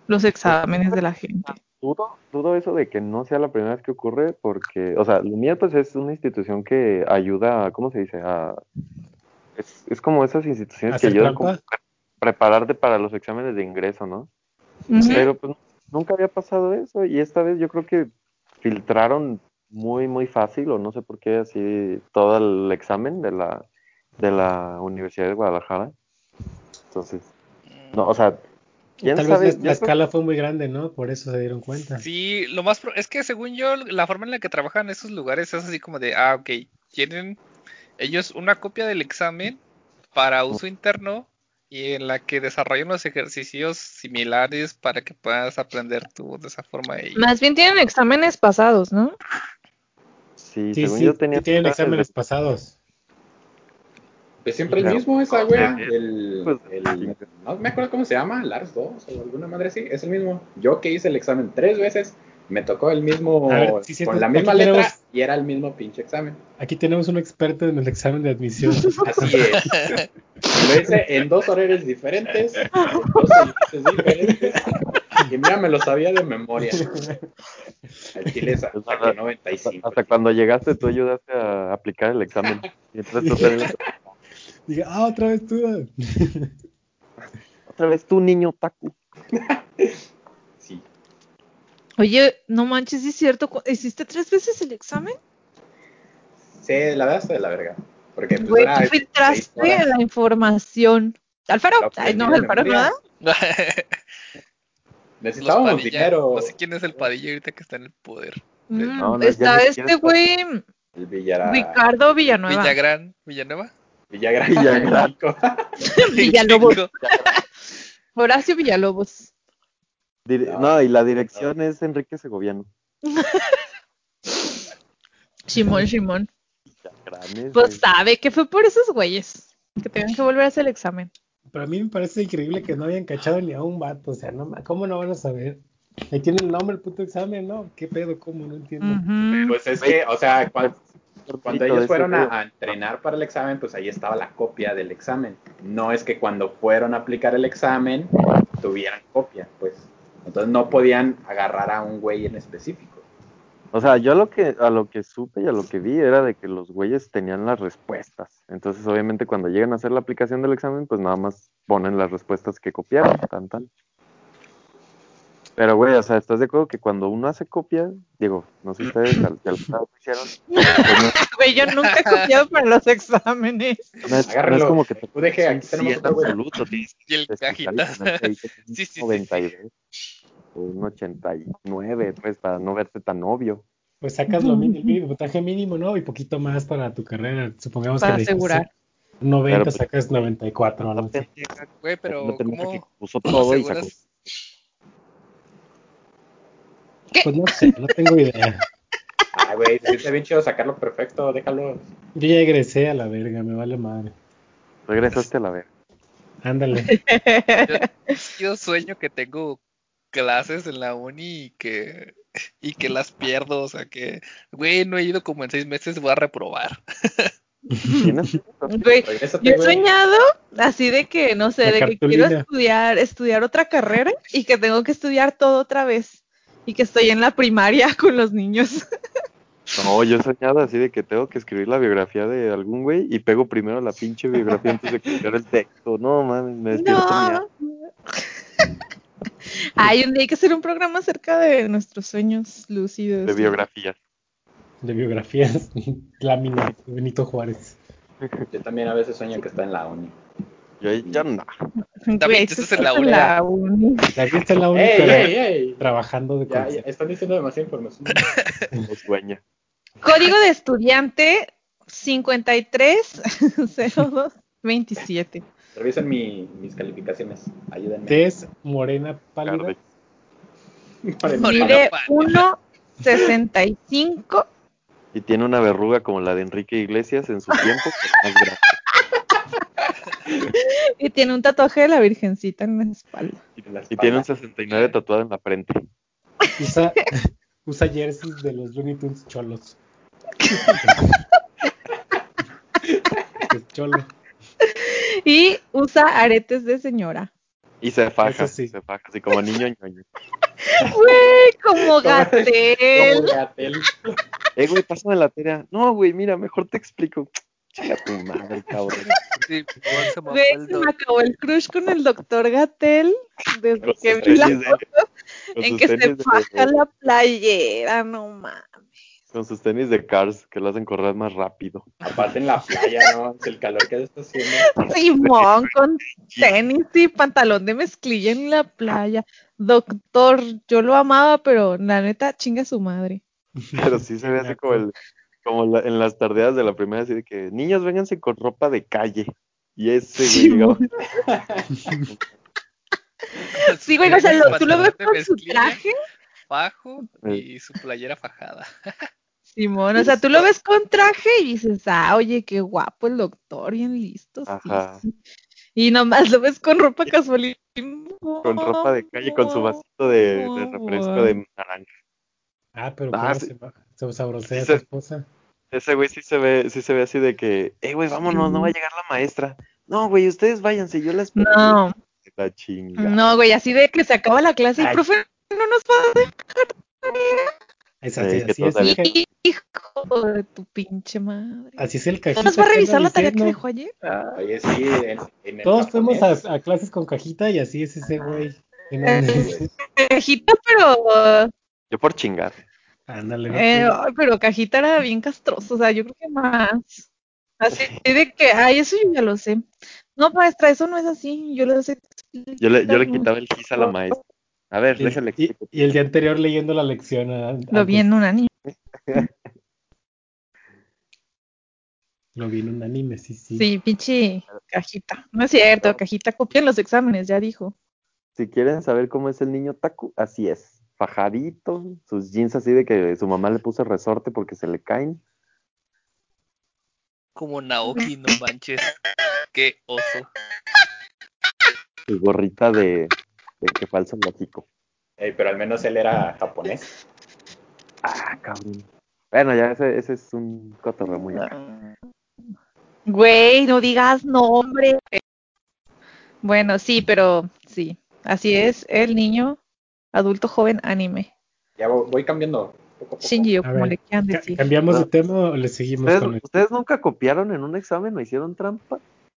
B: los exámenes de la gente.
C: Dudo, dudo eso de que no sea la primera vez que ocurre porque, o sea, Lumière pues es una institución que ayuda, a- ¿cómo se dice? A, es, es como esas instituciones que
D: ¿Hacer
C: ayudan como
D: trampa?
C: a prepararte para los exámenes de ingreso, ¿no?
B: Ujú.
C: Pero pues nunca había pasado eso y esta vez yo creo que filtraron muy muy fácil o no sé por qué así todo el examen de la de la Universidad de Guadalajara. Entonces, no, o sea, quién
D: Tal
C: sabe,
D: vez la,
C: yo
D: la
C: creo-
D: escala fue muy grande, ¿no? Por eso se dieron cuenta.
F: Sí, lo más pro- es que según yo, la forma en la que trabajan esos lugares es así como de, ah, ok, tienen ellos una copia del examen para uso interno y en la que desarrollan los ejercicios similares para que puedas aprender tú de esa forma. Y,
B: Más bien tienen exámenes pasados, ¿no?
C: sí,
D: Sí,
C: según
D: sí,
C: yo tenía
D: sí tienen
C: clases de-
D: exámenes pasados.
E: Pues siempre el
C: Claro.
E: mismo, esa wea.
C: Sí, sí.
E: El,
C: Pues,
E: el- no me acuerdo cómo se llama, Lars 2 o alguna madre así. Es el mismo. Yo que hice el examen tres veces, me tocó el mismo,
D: A ver, sí, sí,
E: con la
D: aquí
E: misma letra
D: tenemos-
E: y era el mismo pinche examen.
D: Aquí tenemos un experto en el examen de admisión.
E: Así es. Lo hice en dos horarios diferentes, en dos edificios diferentes. Y mira, me lo sabía de memoria. Al chile sa- saqué 95.
C: Pues, hasta cuando llegaste tú ayudaste a aplicar el examen. Y entonces tú también le-
D: Dije, ah, otra vez tú.
C: otra vez tú niño taco.
E: Sí.
B: Oye, no manches, sí es cierto, cu- ¿hiciste tres veces el examen?
E: Sí, pues, la verdad está de la verga. Porque pues,
B: Güey,
E: era
B: tú
E: de seis
B: filtraste
E: horas.
B: la información. ¿Alfaro?
E: Lo
B: Ay, no,
E: aprendí de
B: Alfaro,
E: memoria.
B: ¿verdad?
F: Los
E: Necesitábamos
F: Padilla,
E: dinero.
F: No sé quién es el padilla ahorita que está en el poder.
B: Mm,
C: No, no, ya
B: está
C: ni
B: este
C: siquiera está.
B: güey,
E: El Villara...
B: Ricardo Villanueva.
F: Villagrán, Villanueva.
E: Villagra.
C: Villagra.
B: Villalobos.
F: Rico.
B: Horacio Villalobos.
C: Dire-
E: No.
C: no, y la dirección es Enrique Segoviano.
B: Simón, Simón.
C: Granes,
B: Pues
C: güey.
B: sabe que fue por esos güeyes. Que tengan que volver a hacer el examen.
D: Pero a mí me parece increíble que no hayan cachado ni a un vato. O sea, no, ma- ¿cómo no van a saber? Ahí tiene el nombre, el puto examen, ¿no? ¿Qué pedo? ¿Cómo? No entiendo.
B: Ujú.
E: Pues es que, o sea, cuan- cuando
C: Cortito de
E: ellos
C: ese
E: fueron
C: pedo.
E: a, a entrenar para el examen, pues ahí estaba la copia del examen. No es que cuando fueron a aplicar el examen tuvieran copia, pues. Entonces no podían agarrar a un güey en específico.
C: O sea, yo a lo que a lo que supe y a lo que vi era de que los güeyes tenían las respuestas. Entonces, obviamente, cuando llegan a hacer la aplicación del examen, pues nada más ponen las respuestas que copiaron, tan tan. Pero güey, o sea, ¿estás de acuerdo que cuando uno hace copia, digo, no sé ustedes al, si al estado lo hicieron, pues no, es-
B: Mm. Güey, yo nunca he copiado para los exámenes.
C: no es, no es
E: Agárrenlo.
C: como que te
E: Tú deje, aquí
C: un cien
E: tenemos otro güey.
C: absoluto, tienes
F: Y el
C: que
F: cajita.
C: especializarte ahí, un
F: Sí, sí, sí, sí.
C: 92 o un 89, pues para no verte tan obvio.
D: Pues sacas lo mínimo, el mínimo, puntaje mínimo, ¿no? Y poquito más para tu carrera. Supongamos
B: Para
D: que necesitas
B: asegurar.
D: 90,
C: Pero, pues,
D: sacas 94, ¿no? sé.
F: Güey, pero
C: No tenía que
F: ¿cómo
C: puso todo y sacó.
F: aseguras?
D: Pues no sé, no tengo idea.
E: Ay, Ah, güey, se siente bien chido sacarlo perfecto, déjalo.
D: Yo ya egresé a la verga, me vale madre.
C: Regresaste a este la verga.
D: Ándale.
F: Yo sueño que tengo clases en la uni y que, y que las pierdo. O sea, que, güey, no he ido como en seis meses, voy a reprobar.
C: ¿Tienes?
B: Güey,
E: Regrésate,
B: yo he
E: güey.
B: soñado así de que, no sé,
D: La
B: de que
D: cartulina.
B: quiero estudiar, estudiar otra carrera y que tengo que estudiar todo otra vez. Y que estoy en la primaria con los niños.
C: No, yo he soñado así de que tengo que escribir la biografía de algún güey y pego primero la pinche biografía antes de escribir el texto. No mames, me despierto
B: No.
C: mía.
B: Ay, un día hay que hacer un programa acerca de nuestros sueños lúcidos.
C: de biografía.
D: De biografías, láminas, de Benito Juárez.
E: Yo también a veces sueño que está en la uni.
C: Yo ahí ya no.
B: Güey,
F: También
B: tú
F: estás en la
B: estás en
F: uni.
B: la uni.
D: La que está en la
E: ¡Ey,
D: única
E: ey, ey!
D: trabajando de
E: Ya, ya,
D: concepto.
E: están diciendo demasiada información.
C: No sueña.
B: Código de estudiante 530227.
E: Revisen mi- mis calificaciones. Ayúdenme.
D: Tez morena pálida.
C: Tarde.
E: Para mí.
B: Mide
F: Palapa.
B: 1.65.
C: Y tiene una verruga como la de Enrique Iglesias en su tiempo, pero más grande.
B: Y tiene un tatuaje de la Virgencita en la espalda.
E: En la
C: Y tiene un
E: espalda.
C: 69 tatuado en la frente.
D: Usa, usa jerseys de los Looney Tunes cholos. Es cholo.
B: Y usa aretes de señora.
C: Y se faja,
D: Eso sí.
C: se faja, así como niño ñoño.
B: Güey, como Gatel.
E: Como Gatel.
C: Eh, güey, pásame la tarea. No, güey, mira, mejor te explico. Chica tu madre, cabrón.
F: Sí, igual se me
B: Güey,
F: fue el
B: se
F: don.
B: me acabó el crush con el doctor Gatel. Desde
C: Con
B: que
C: sus
B: vi la
C: tenis de-
B: foto
C: con
B: en
C: sus
B: que se
C: tenis de-
B: baja la playera, no mames.
C: Con sus tenis de Cars, que lo hacen correr más rápido.
E: Aparte en la playa, ¿no? Es el calor que está haciendo.
B: Simón con tenis y pantalón de mezclilla en la playa. Doctor, yo lo amaba, pero la neta, chinga su madre.
C: Pero sí se ve así como, el, como la- en las tardeadas de la primera, así de que niños, vénganse con ropa de calle. Y ese güey llegaba,
B: Simón. Sí, güey, o sea, lo- tú lo ves
F: Pantalón de
B: con su
F: mezclilla
B: traje.
F: Bajo y su playera fajada.
B: Simón, o sea, tú lo ves con traje y dices, ah, oye, qué guapo el doctor, bien listo. sí,
C: Ajá.
B: sí". Y nomás lo ves con ropa casual y-
C: con ropa de calle, con su vasito de, de refresco de naranja.
D: Ah, pero
C: Ah,
D: claro,
C: sí.
D: se, va- se sabrosea
C: Sí,
D: su
C: se-
D: esposa.
C: Ese güey sí se ve, sí se ve así de que, eh, güey, vámonos, no va a llegar la maestra. No, güey, ustedes váyanse, yo les
B: Mm. No,
C: La chinga.
B: no, güey, así de que se acaba la clase y
D: Ay.
B: profe no nos va a
D: Es
C: Sí,
D: así,
C: que
D: así es, el
C: todavía-
D: ca-
B: Sí, Hijo de tu pinche madre.
D: así es el
B: ¿No
D: cajita.
B: nos va a
D: que anda
B: revisar la tarea que
D: diciendo.
B: dejó ayer?
C: Ah.
E: Oye, sí, en, en el
D: Todos fuimos a,
E: japonés,
D: a clases con cajita y así es ese güey. Que no-
B: Eh, Cajita, pero.
C: Yo por chingar.
D: Ándale. no
B: eh,
D: sé.
B: ay, pero Cajita era bien castroso. O sea, yo creo que más. Así de que, ay, eso yo ya lo sé. No, maestra, eso no es así. Yo lo sé.
C: Yo le, yo le quitaba el kiss a la maestra. A ver,
D: Y,
C: déjale.
D: y- y el día anterior leyendo la lección. ah,
B: Lo
D: antes.
B: vi en un anime.
D: Lo vi en un anime, sí, sí.
B: Sí, pinche cajita. No es cierto, cajita copian los exámenes, ya dijo.
C: Si quieren saber cómo es el niño Taku, así es. Fajadito, sus jeans así de que su mamá le puso resorte porque se le caen.
F: Como Naoki, no manches. Qué oso.
C: Su gorrita de, de que falso chico.
E: Ey, pero al menos él era japonés.
C: Ah, cabrón. Bueno, ya ese, ese es un cotorreo muy. Ah.
B: Güey, no digas nombre. Bueno, sí, pero sí. Así es, el niño adulto joven anime.
E: Ya vo- voy cambiando. poco a poco.
B: Shinji, o
D: A
B: como
D: ver,
B: le quieran
D: Ca-
B: decir.
D: ¿Cambiamos de tema o le seguimos
C: ¿Ustedes,
D: con el-
C: ustedes nunca copiaron en un examen o hicieron trampa?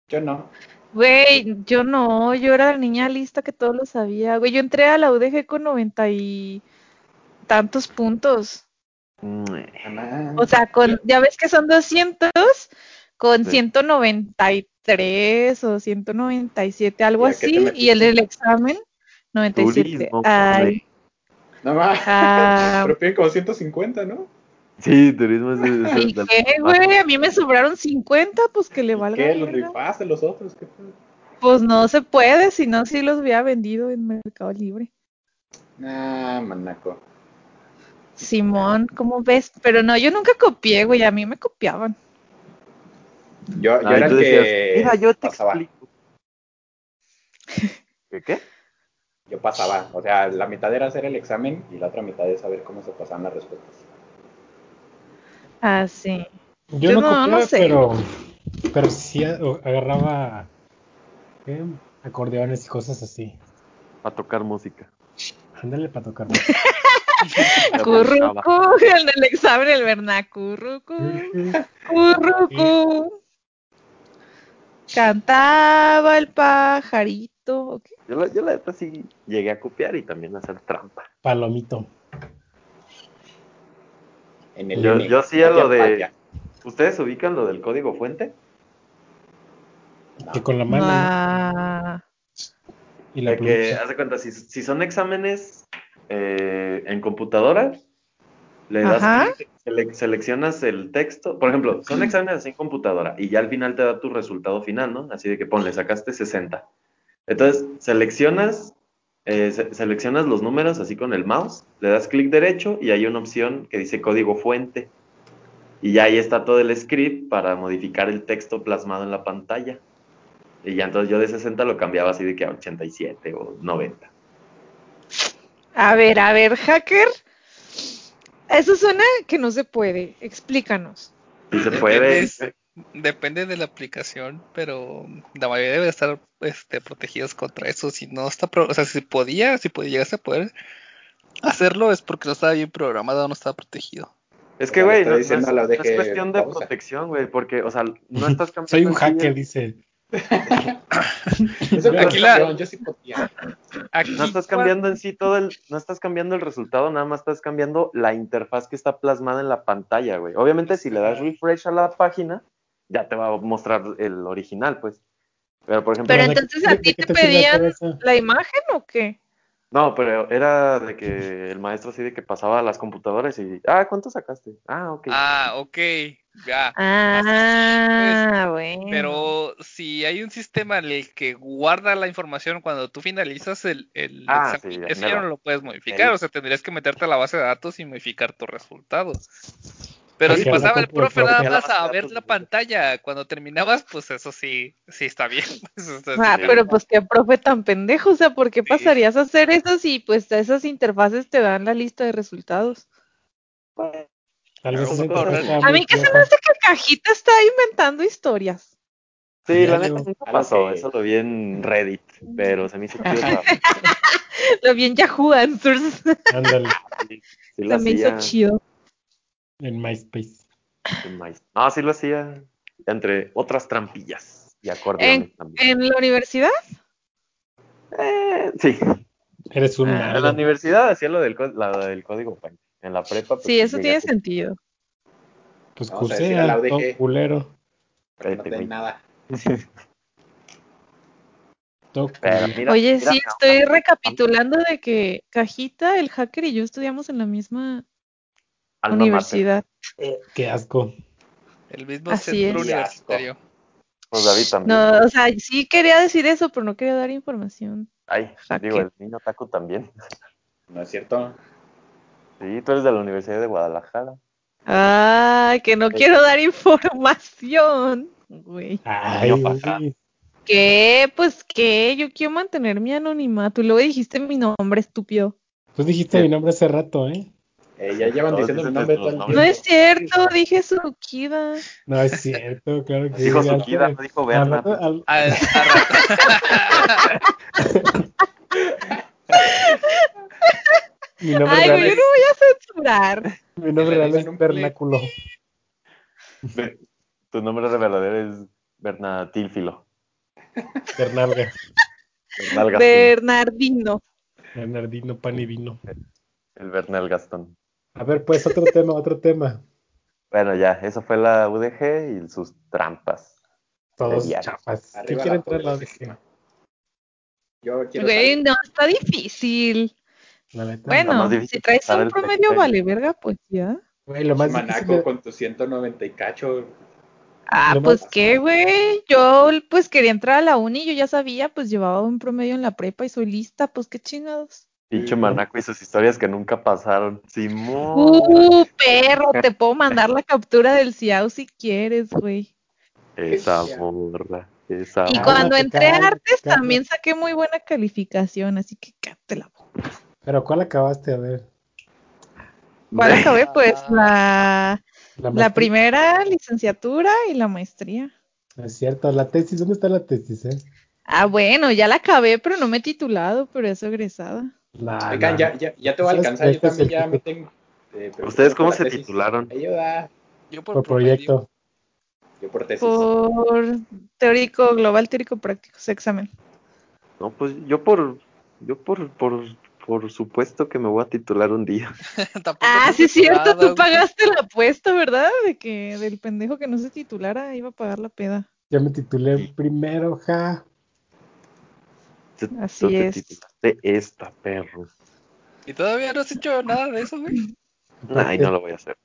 E: Yo no.
B: Güey, yo no, yo era la niña lista que todo lo sabía. Güey, yo entré a la UDG con noventa y tantos puntos.
C: Mm,
E: Jamás.
B: O sea, con, ya ves que son 200, con
C: Sí.
B: 193 o 197, algo
E: ¿Y a qué te
B: así. Y el
E: metiste?
B: del examen, 97.
C: Turismo,
B: este, Ay,
E: No más.
B: ah,
E: Pero piden como 150, ¿no?
C: Sí, turismo es, es- es
B: ¿y
C: del-
B: qué, güey? A mí me sobraron 50, pues que le
E: ¿Y
B: valga.
E: ¿Qué? ¿Los
B: verga.
E: rifaste los otros? ¿Qué pedo?
B: Pues no se puede, si no, sí los hubiera vendido en Mercado Libre.
E: Ah, manaco.
B: Simón, ¿cómo ves? Pero no, yo nunca copié, güey, a mí me copiaban.
E: Yo, yo
C: Ay,
E: era
C: tú Ah,
E: el
C: decías,
E: que.
C: Mira, yo te
E: pasaba.
C: explico. ¿Qué qué?
E: Yo pasaba. O sea, la mitad era hacer el examen y la otra mitad es saber cómo se pasaban las respuestas.
B: Ah, sí.
D: Yo,
B: Yo
D: no,
B: no- no
D: copiaba,
B: sé.
D: pero, pero sí a- o- agarraba ¿qué? acordeones y cosas así.
C: Para tocar música.
D: Ándale para tocar.
B: Currucu, el del examen, el vernacurrucu. Currucu. Cantaba el pajarito. ¿o qué?
C: Yo la, yo la neta sí llegué a copiar y también a hacer trampa.
D: Palomito.
E: En el
C: Yo-
E: INE.
C: yo hacía
E: Aquí
C: lo
E: en
C: de-
E: Patria.
C: ¿Ustedes ubican lo del código fuente?
E: No.
D: Que con la mano.
B: Ah,
D: ¿no? Y la
C: De Eh, que,
D: plumita.
C: haz de cuenta, si, si son exámenes eh, en computadora, le das,
B: Ajá.
C: clic, sele- seleccionas el texto. Por ejemplo, son exámenes así en computadora y ya al final te da tu resultado final, ¿no? Así de que ponle, sacaste 60. Entonces, seleccionas, eh, se- seleccionas los números así con el mouse, le das clic derecho y hay una opción que dice código fuente. Y ya ahí está todo el script para modificar el texto plasmado en la pantalla. Y ya entonces yo de 60 lo cambiaba así de que a 87 o 90.
B: A ver, a ver, hacker. Eso suena que no se puede. Explícanos.
C: Y se puede.
F: Depende, depende de la aplicación, pero la mayoría debe estar este, protegidos contra eso. Si no está, pro- o sea, si podía, si podía llegarse a poder hacerlo es porque no estaba bien programado, no estaba protegido.
C: Es
E: O sea,
C: que,
E: le
C: güey,
E: estoy
C: no, no
E: diciendo
C: es,
E: a la de
C: no es
E: que
C: cuestión de
E: pausa.
C: protección, güey, porque, o sea, no estás cambiando.
D: Soy un
C: así
D: hacker,
C: el-
D: dice.
E: Eso que
F: Aquí
E: me
F: la-
E: cambiaron, Yo sí podía.
F: Aquí,
C: No estás cambiando en sí todo el. No estás cambiando el resultado, nada más estás cambiando la interfaz que está plasmada en la pantalla, güey. Obviamente, si le das refresh a la página, ya te va a mostrar el original, pues. Pero, por ejemplo.
B: Pero
D: ¿de-
B: entonces a
D: de- de
B: ti
D: qué
B: te
D: sirve
B: pedían-
D: hacer eso?
B: ¿La imagen o qué?
C: No, pero era de que el maestro así de que pasaba a las computadoras y. Ah, ¿cuánto sacaste? Ah, ok.
F: Ah, ok, ya.
B: Ah, bueno. Mm.
F: Pero si hay un sistema en el que guarda la información cuando tú finalizas el, el
C: Ah,
F: examen,
C: sí, ya,
F: eso ya
C: mero.
F: no lo puedes modificar,
C: Ahí.
F: o sea, tendrías que meterte a la base de datos y modificar tus resultados. Pero
D: Ahí
F: si
D: ya la
F: pasaba el
D: compu de
F: profe nada
C: propia.
F: más
C: Ya la
F: a
C: base de
F: ver
C: datos,
F: la
C: güey.
F: pantalla cuando terminabas, pues eso sí, sí está bien. Eso está-
B: Ah,
F: sí,
B: pero pues qué profe tan pendejo, o sea, ¿por qué
F: Sí.
B: pasarías a hacer eso si pues esas interfaces te dan la lista de resultados?
D: Tal vez
F: Claro,
D: esa
F: bueno,
D: interfaz
F: ahora-
D: estaba
B: A
D: muy
B: mí que se me
D: floja.
B: hace que Cajita está inventando historias.
C: Sí, la
D: Ya
C: neta
D: llegó.
C: nunca
E: Algo
C: pasó,
E: que-
C: eso lo vi en Reddit, pero se me hizo chido la-
B: Lo vi en Yahoo Answers,
D: Ándale,
C: sí, sí lo
B: se me hizo
C: hacía
B: chido.
D: en MySpace.
C: en maíz. No, sí lo hacía entre otras trampillas y acordeones también.
B: ¿En la universidad?
C: Eh, sí,
D: Eres un
B: Ah,
C: en la
D: malo.
C: universidad hacía lo del, co- la del código fuente, en la prepa. pues,
B: Sí, eso
C: llegué a
B: tiene
C: hacer-
B: sentido.
D: Pues
E: Vamos a decir a la
D: cursea, todo
E: ODG.
D: culero.
E: porque
C: Cállate,
E: no tienen
C: güey.
E: nada.
D: Toc.
C: Pero mira,
B: Oye,
C: mira,
B: sí,
C: no,
B: estoy recapitulando de que Cajita, el hacker y yo estudiamos en la misma
C: alma mater.
B: universidad.
E: eh,
D: Qué asco.
F: El mismo
B: Así
F: centro
E: es.
F: universitario.
C: Pues David también.
B: No, o sea, sí quería decir eso, pero no quería dar información.
C: Ay,
B: Jaque.
C: digo, el niño taco también.
E: ¿No es cierto?
C: Sí, tú eres de la Universidad de Guadalajara.
B: Ay, que no quiero dar información. Güey.
D: Ay,
C: Niño paja.
D: güey.
B: ¿Qué? Pues qué, yo quiero mantener mi anonimato. Y luego dijiste mi nombre, estúpido.
D: Tú dijiste mi nombre hace rato, ¿eh?
E: Eh, ya llevan
C: No,
E: diciendo mi
C: dicen
E: nombre todo
C: nuestros
E: el
C: nombres.
B: No
E: tiempo.
B: es cierto, dije Surukida.
D: No, es cierto, claro que
C: Dijo
D: sí,
C: Sukida,
D: al-
C: no dijo
D: al
C: Berna.
D: rato- al-
F: A, a rato-
D: mi nombre
B: Ay,
D: real
B: güey, yo
D: es,
B: no voy a censurar.
D: mi nombre
F: Le
D: real
F: dicen
D: es
F: un
D: Vernáculo.
C: Ve, Tu nombre de verdadero es Berna Tilfilo.
D: Bernalga.
C: Bernal Gastón.
B: Bernardino.
D: Bernardino, pan y vino.
C: El Bernal Gastón.
D: A ver, pues otro tema, otro tema.
C: Bueno, ya, eso fue la UDG y sus trampas.
D: Todos
C: Sería.
D: chapas. ¿Quién
E: Arriba
D: quiere
E: la
D: entrar a la
E: pobrecita.
D: ODG?
E: Yo quiero
B: Güey, no, está difícil.
D: La neta.
C: Lo
B: Bueno,
C: más difícil
B: si
C: es
B: traes
C: dar
B: un
C: el
B: promedio
C: criterio.
B: vale verga, pues ya.
D: Güey, lo
E: saber,
D: más difícil
E: Manaco con tus 190 y cacho.
B: Ah,
D: Lo más-
B: pues qué, güey. Yo pues quería entrar a la uni, yo ya sabía, pues llevaba un promedio en la prepa y soy lista, pues qué chingados.
C: Pinche Manaco y sus historias que nunca pasaron. Simón.
B: Uh, perro, te puedo mandar la captura del Ciao si quieres, güey.
C: Esa morra.
B: Y
C: Esa
D: Ah,
C: morra.
B: cuando entré a
D: cálmate,
B: artes
D: cálmate.
B: también saqué muy buena calificación, así que cállate la boca.
D: Pero ¿cuál acabaste? A ver.
B: ¿Cuál acabé? Pues la,
D: maestría.
B: la primera licenciatura y la maestría.
D: No Es cierto, la tesis, ¿dónde está la tesis, eh?
B: Ah, bueno, ya la acabé, pero no me he titulado, pero es egresada.
D: La,
E: Oigan,
D: la-
E: ya, ya, ya te voy a
D: Esas
E: alcanzar, yo
D: becas
E: también ya
D: certific-
E: me tengo. eh, pero
C: ¿Ustedes
E: yo
C: cómo
E: por
C: se
E: la tesis.
C: titularon?
E: Ayuda,
F: yo por,
D: por
F: promedio.
D: proyecto.
E: yo por tesis.
B: Por teórico global, teórico práctico, ese examen.
C: No, pues yo por, yo por, por, por supuesto que me voy a titular un día.
F: Tampoco
B: Ah,
F: estoy
B: sí es cierto,
F: preparado,
B: tú
F: güey.
B: pagaste la apuesta, ¿verdad? De que del pendejo que no se titulara iba a pagar la peda.
D: Ya me titulé
C: Sí.
D: primero, ja.
C: Tú-
B: Así
C: tú te
B: es.
C: titulaste esta, perro.
F: Y todavía no has hecho nada de eso, güey.
C: Ay, no lo voy a hacer.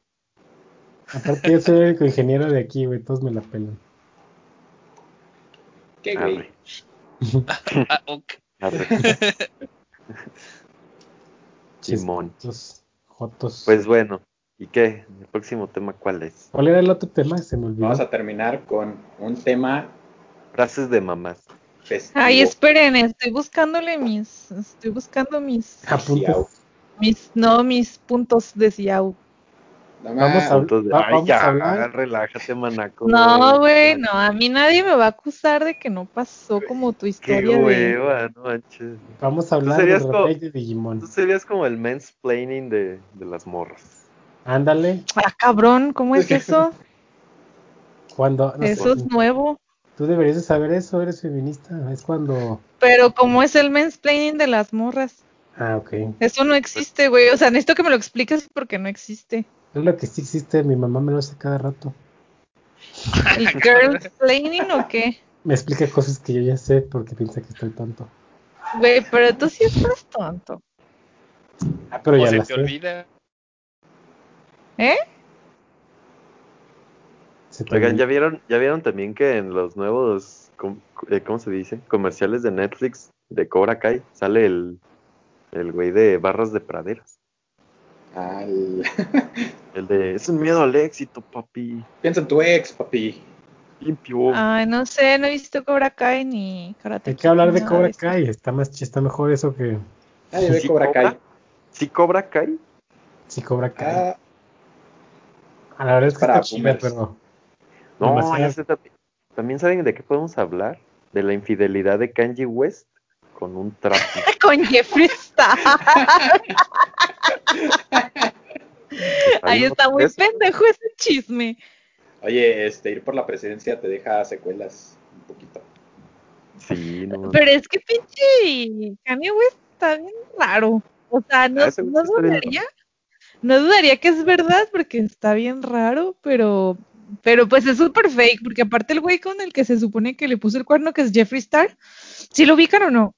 D: Aparte, yo soy el único ingeniero de aquí, güey, todos me la pelan.
E: ¿Qué, güey?
C: Arre,
F: Ah, ok.
C: arre.
D: Chis-
C: Simón.
D: Los jotos.
C: Pues bueno, ¿y qué? ¿El próximo tema cuál es?
D: ¿Cuál era el otro tema? Se me olvidó.
E: Vamos a terminar con un tema
C: Frases de mamás.
E: festivo.
B: Ay, esperen, estoy buscándole mis, estoy buscando mis,
D: Apuntes.
E: Siau.
B: mis, no, mis puntos de Ciao.
E: No
D: Vamos
E: más.
D: a-
C: Puntos de-
D: va-
C: Ay,
D: Ah, vamos
C: ya,
D: a hablar.
C: relájate, manaco.
B: No, güey, no, a mí nadie me va a acusar de que no pasó como tu
C: Qué
B: historia de...
C: hueva, no manches.
D: Vamos a hablar
C: serías
D: de
C: co-
D: Rey de Digimon.
C: Tú serías como el mansplaining de, de las morras.
D: Ándale,
B: Ah, cabrón, ¿cómo es eso?
D: cuando. no sé,
B: Eso es nuevo.
D: Tú deberías de saber eso, eres feminista. Es cuando.
B: Pero ¿cómo es el mansplaining de las morras?
D: Ah, ok. Es
B: Eso no existe, güey. O sea, necesito que me lo expliques porque no existe.
D: lo que sí existe, mi mamá me lo hace cada rato.
B: ¿El girlsplaining o qué?
D: Me explica cosas que yo ya sé porque piensa que estoy tonto.
B: Güey, pero tú sí estás tonto.
D: Ah, pero
F: o
C: pues,
D: ya
F: se
D: la
F: te
D: sé.
F: olvida.
B: ¿Eh?
D: Se te
C: Oigan,
D: olvida.
C: ¿ya vieron, ya vieron también que en los nuevos, com- eh, ¿cómo se dice? Comerciales de Netflix de Cobra Kai sale el, el güey de barras de praderas.
E: Al-
C: El de, es un miedo al éxito, papi.
E: Piensa en tu ex, papi.
C: Limpio.
B: Ay, no sé, no he visto Cobra Kai ni Karate
D: Hay que hablar de
B: Kid,
D: Cobra
B: nada eso.
D: Kai. Está, más, ch- está mejor eso que.
E: Nadie ve
C: Sí,
E: Cobra Kai.
C: ¿Sí Cobra Kai?
D: Sí, Cobra Kai.
E: Ah,
D: A la verdad es que
E: para
D: está chida,
E: boomers.
D: pero.
C: No,
D: Demasiado.
C: ya sé, también, también saben de qué podemos hablar. De la infidelidad de Kanye West con un trapo.
B: Con Jeffree Star. Ahí
C: ¿Sabían
B: está muy
C: ustedes?
B: pendejo ese chisme.
E: Oye, este, ir por la presidencia te deja secuelas un poquito.
C: Sí, no.
B: Pero es que pinche Kanye West está bien raro. O sea, no,
C: Ah, ese güey
B: no
C: sí está bien
B: dudaría, no dudaría que es verdad porque está bien raro, pero Pero pues es súper fake, porque aparte el güey con el que se supone que le puso el cuerno, que es Jeffree Star, ¿sí lo ubican o no?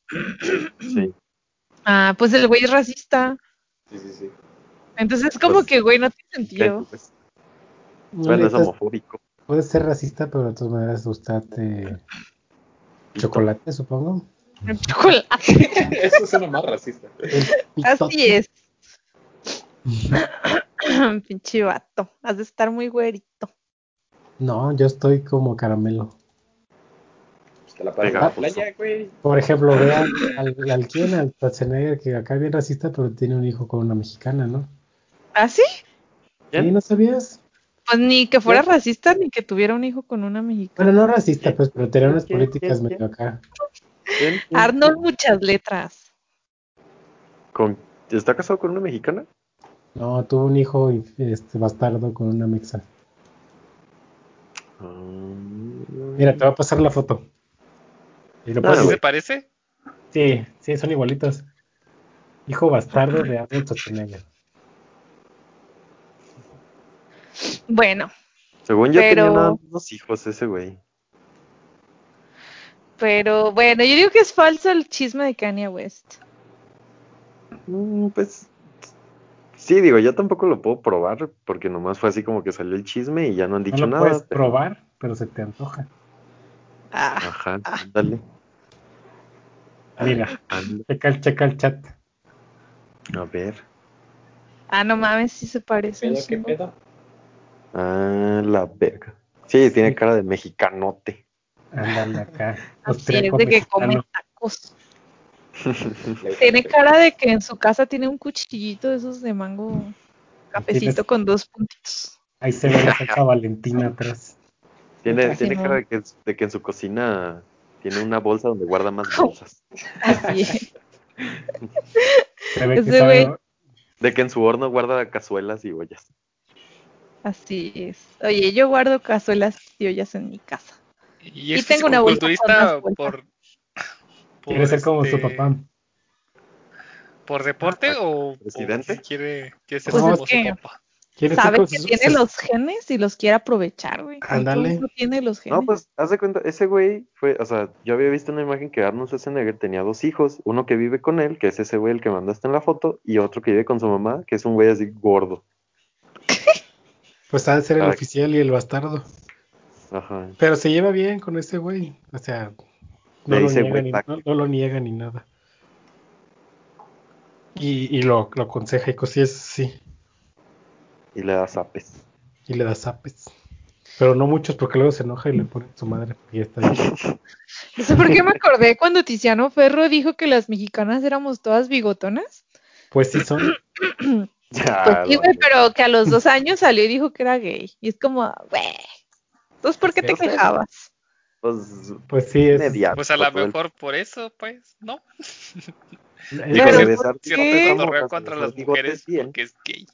C: Sí.
B: Ah, pues el güey es racista.
E: Sí, sí, sí.
B: Entonces como
C: Pues,
B: que, güey, no tiene sentido.
C: Pues,
D: No
C: bueno, es
D: necesitas-
C: homofóbico.
D: Puedes ser racista, pero de todas maneras gustarte chocolate, supongo.
B: Chocolate.
E: Eso suena más racista. Ah,
B: Así es. Pinche vato. Has de estar muy güerito.
D: No, yo estoy como caramelo.
E: Pues te la pasas en la
C: Pegajoso.
E: playa, güey.
D: Por ejemplo, vean al, al quién, al Schwarzenegger, que acá es bien racista, pero tiene un hijo con una mexicana, ¿no?
B: ¿Ah, sí?
C: ¿Quién?
D: ¿Sí? ¿No sabías?
B: Pues ni que fuera racista ni que tuviera un hijo con una mexicana.
D: Bueno, no racista, pues, pero tenía unas
C: ¿Quién?
D: políticas
C: ¿Quién?
D: medio acá.
C: ¿Quién?
B: Arnold, muchas letras.
C: ¿Con- ¿Está casado con una mexicana?
D: No, tuvo un hijo este, bastardo con una mexa.
C: Ah,
D: Mira, te va a pasar la foto. Y lo
C: No,
D: puedes
F: ¿Sí
C: Ah, güey.
F: se parece?
D: Sí, sí, son igualitos. Hijo bastardo de Arnold Schwarzenegger.
B: Bueno,
C: Según yo
B: Pero-
C: tenía nada más dos hijos ese güey.
B: pero bueno, yo digo que es falso el chisme de Kanye West.
C: Mm, pues sí, digo, yo tampoco lo puedo probar porque nomás fue así como que salió el chisme y ya no han
D: No
C: dicho
D: lo
C: nada.
D: puedes
C: pero-
D: probar, pero se te antoja.
B: Ah,
C: Ajá, dale.
D: Mira, checa, el- checa el chat.
C: A ver.
B: ah, no mames, si se parece.
E: Pero,
B: un
E: ¿Qué
B: chingo.
E: pedo?
C: Ah, la verga. Sí, tiene
D: Sí.
C: cara de mexicanote.
D: Ándale acá.
B: Así es
D: Austriaco
B: de que
D: Pues mexicano.
B: come tacos.
E: Le-
B: Tiene cara de que en su casa tiene un cuchillito de esos de mango cafecito
D: Tienes-
B: con dos puntitos.
D: Ahí se ve la Santa Valentina atrás.
C: Tiene,
B: Casi
C: tiene
B: no.
C: cara de que, de que en su cocina tiene una bolsa donde guarda más bolsas.
B: Así es.
D: Se ve que
B: Ese
D: sabe-
B: güey.
C: De que en su horno guarda cazuelas y ollas.
B: Así es. Oye, yo guardo cazuelas y ollas en mi casa.
F: Y
B: Y tengo una bolsa con
F: fisicoculturista
B: más bolsas.
F: por, por,
D: quiere ser como su
F: este,
D: papá.
F: ¿Por deporte o, o
C: ¿Presidente?
F: quiere, quiere ser
D: Pues
F: como
D: es
F: su
B: que-
F: papá?
D: Quiere ser
B: Sabe
D: como
B: que
D: su-
B: tiene
D: su-
B: los genes y los quiere aprovechar, güey. Con todo
D: Ándale.
B: eso tiene los genes.
C: No, pues, haz de cuenta, ese güey fue, o sea, yo había visto una imagen que Arnold Schwarzenegger tenía dos hijos, uno que vive con él, que es ese güey el que mandaste en la foto, y otro que vive con su mamá, que es un güey así gordo.
D: Pues ha de ser el
C: Ay.
D: oficial y el bastardo.
C: Ajá.
D: Pero se lleva bien con ese güey. O sea, no,
C: Le
D: lo
C: dice,
D: niega,
C: "Güey,
D: ni,
C: va".
D: no- no lo niega ni nada. Y, y lo, lo aconseja y cosillas sí.
C: Y le da zapes.
D: Y le da zapes. Pero no muchos porque luego se enoja y le pone su madre. Y ya está ahí.
B: No sé por qué me acordé cuando Tiziano Ferro dijo que las mexicanas éramos todas bigotonas.
D: Pues sí son.
C: Ya,
B: Pues sí,
C: Ah, la
B: güey,
C: verga.
B: pero que a los dos años salió y dijo que era gay. Y es como, güey. Entonces, ¿por qué te
D: Sí,
C: sí.
B: quejabas?
C: Pues,
D: Pues sí es.
C: mediano,
F: Pues a lo
C: todo Ah, el-
F: mejor por eso, pues, ¿no?
C: Digo,
B: Pero
C: de
B: ¿por
C: besar
B: qué?
F: Cierto
C: bigotes, vamos,
F: cotorreo
C: pues,
F: contra
C: besar
F: las
C: bigotes
F: mujeres
C: bien.
F: porque es gay.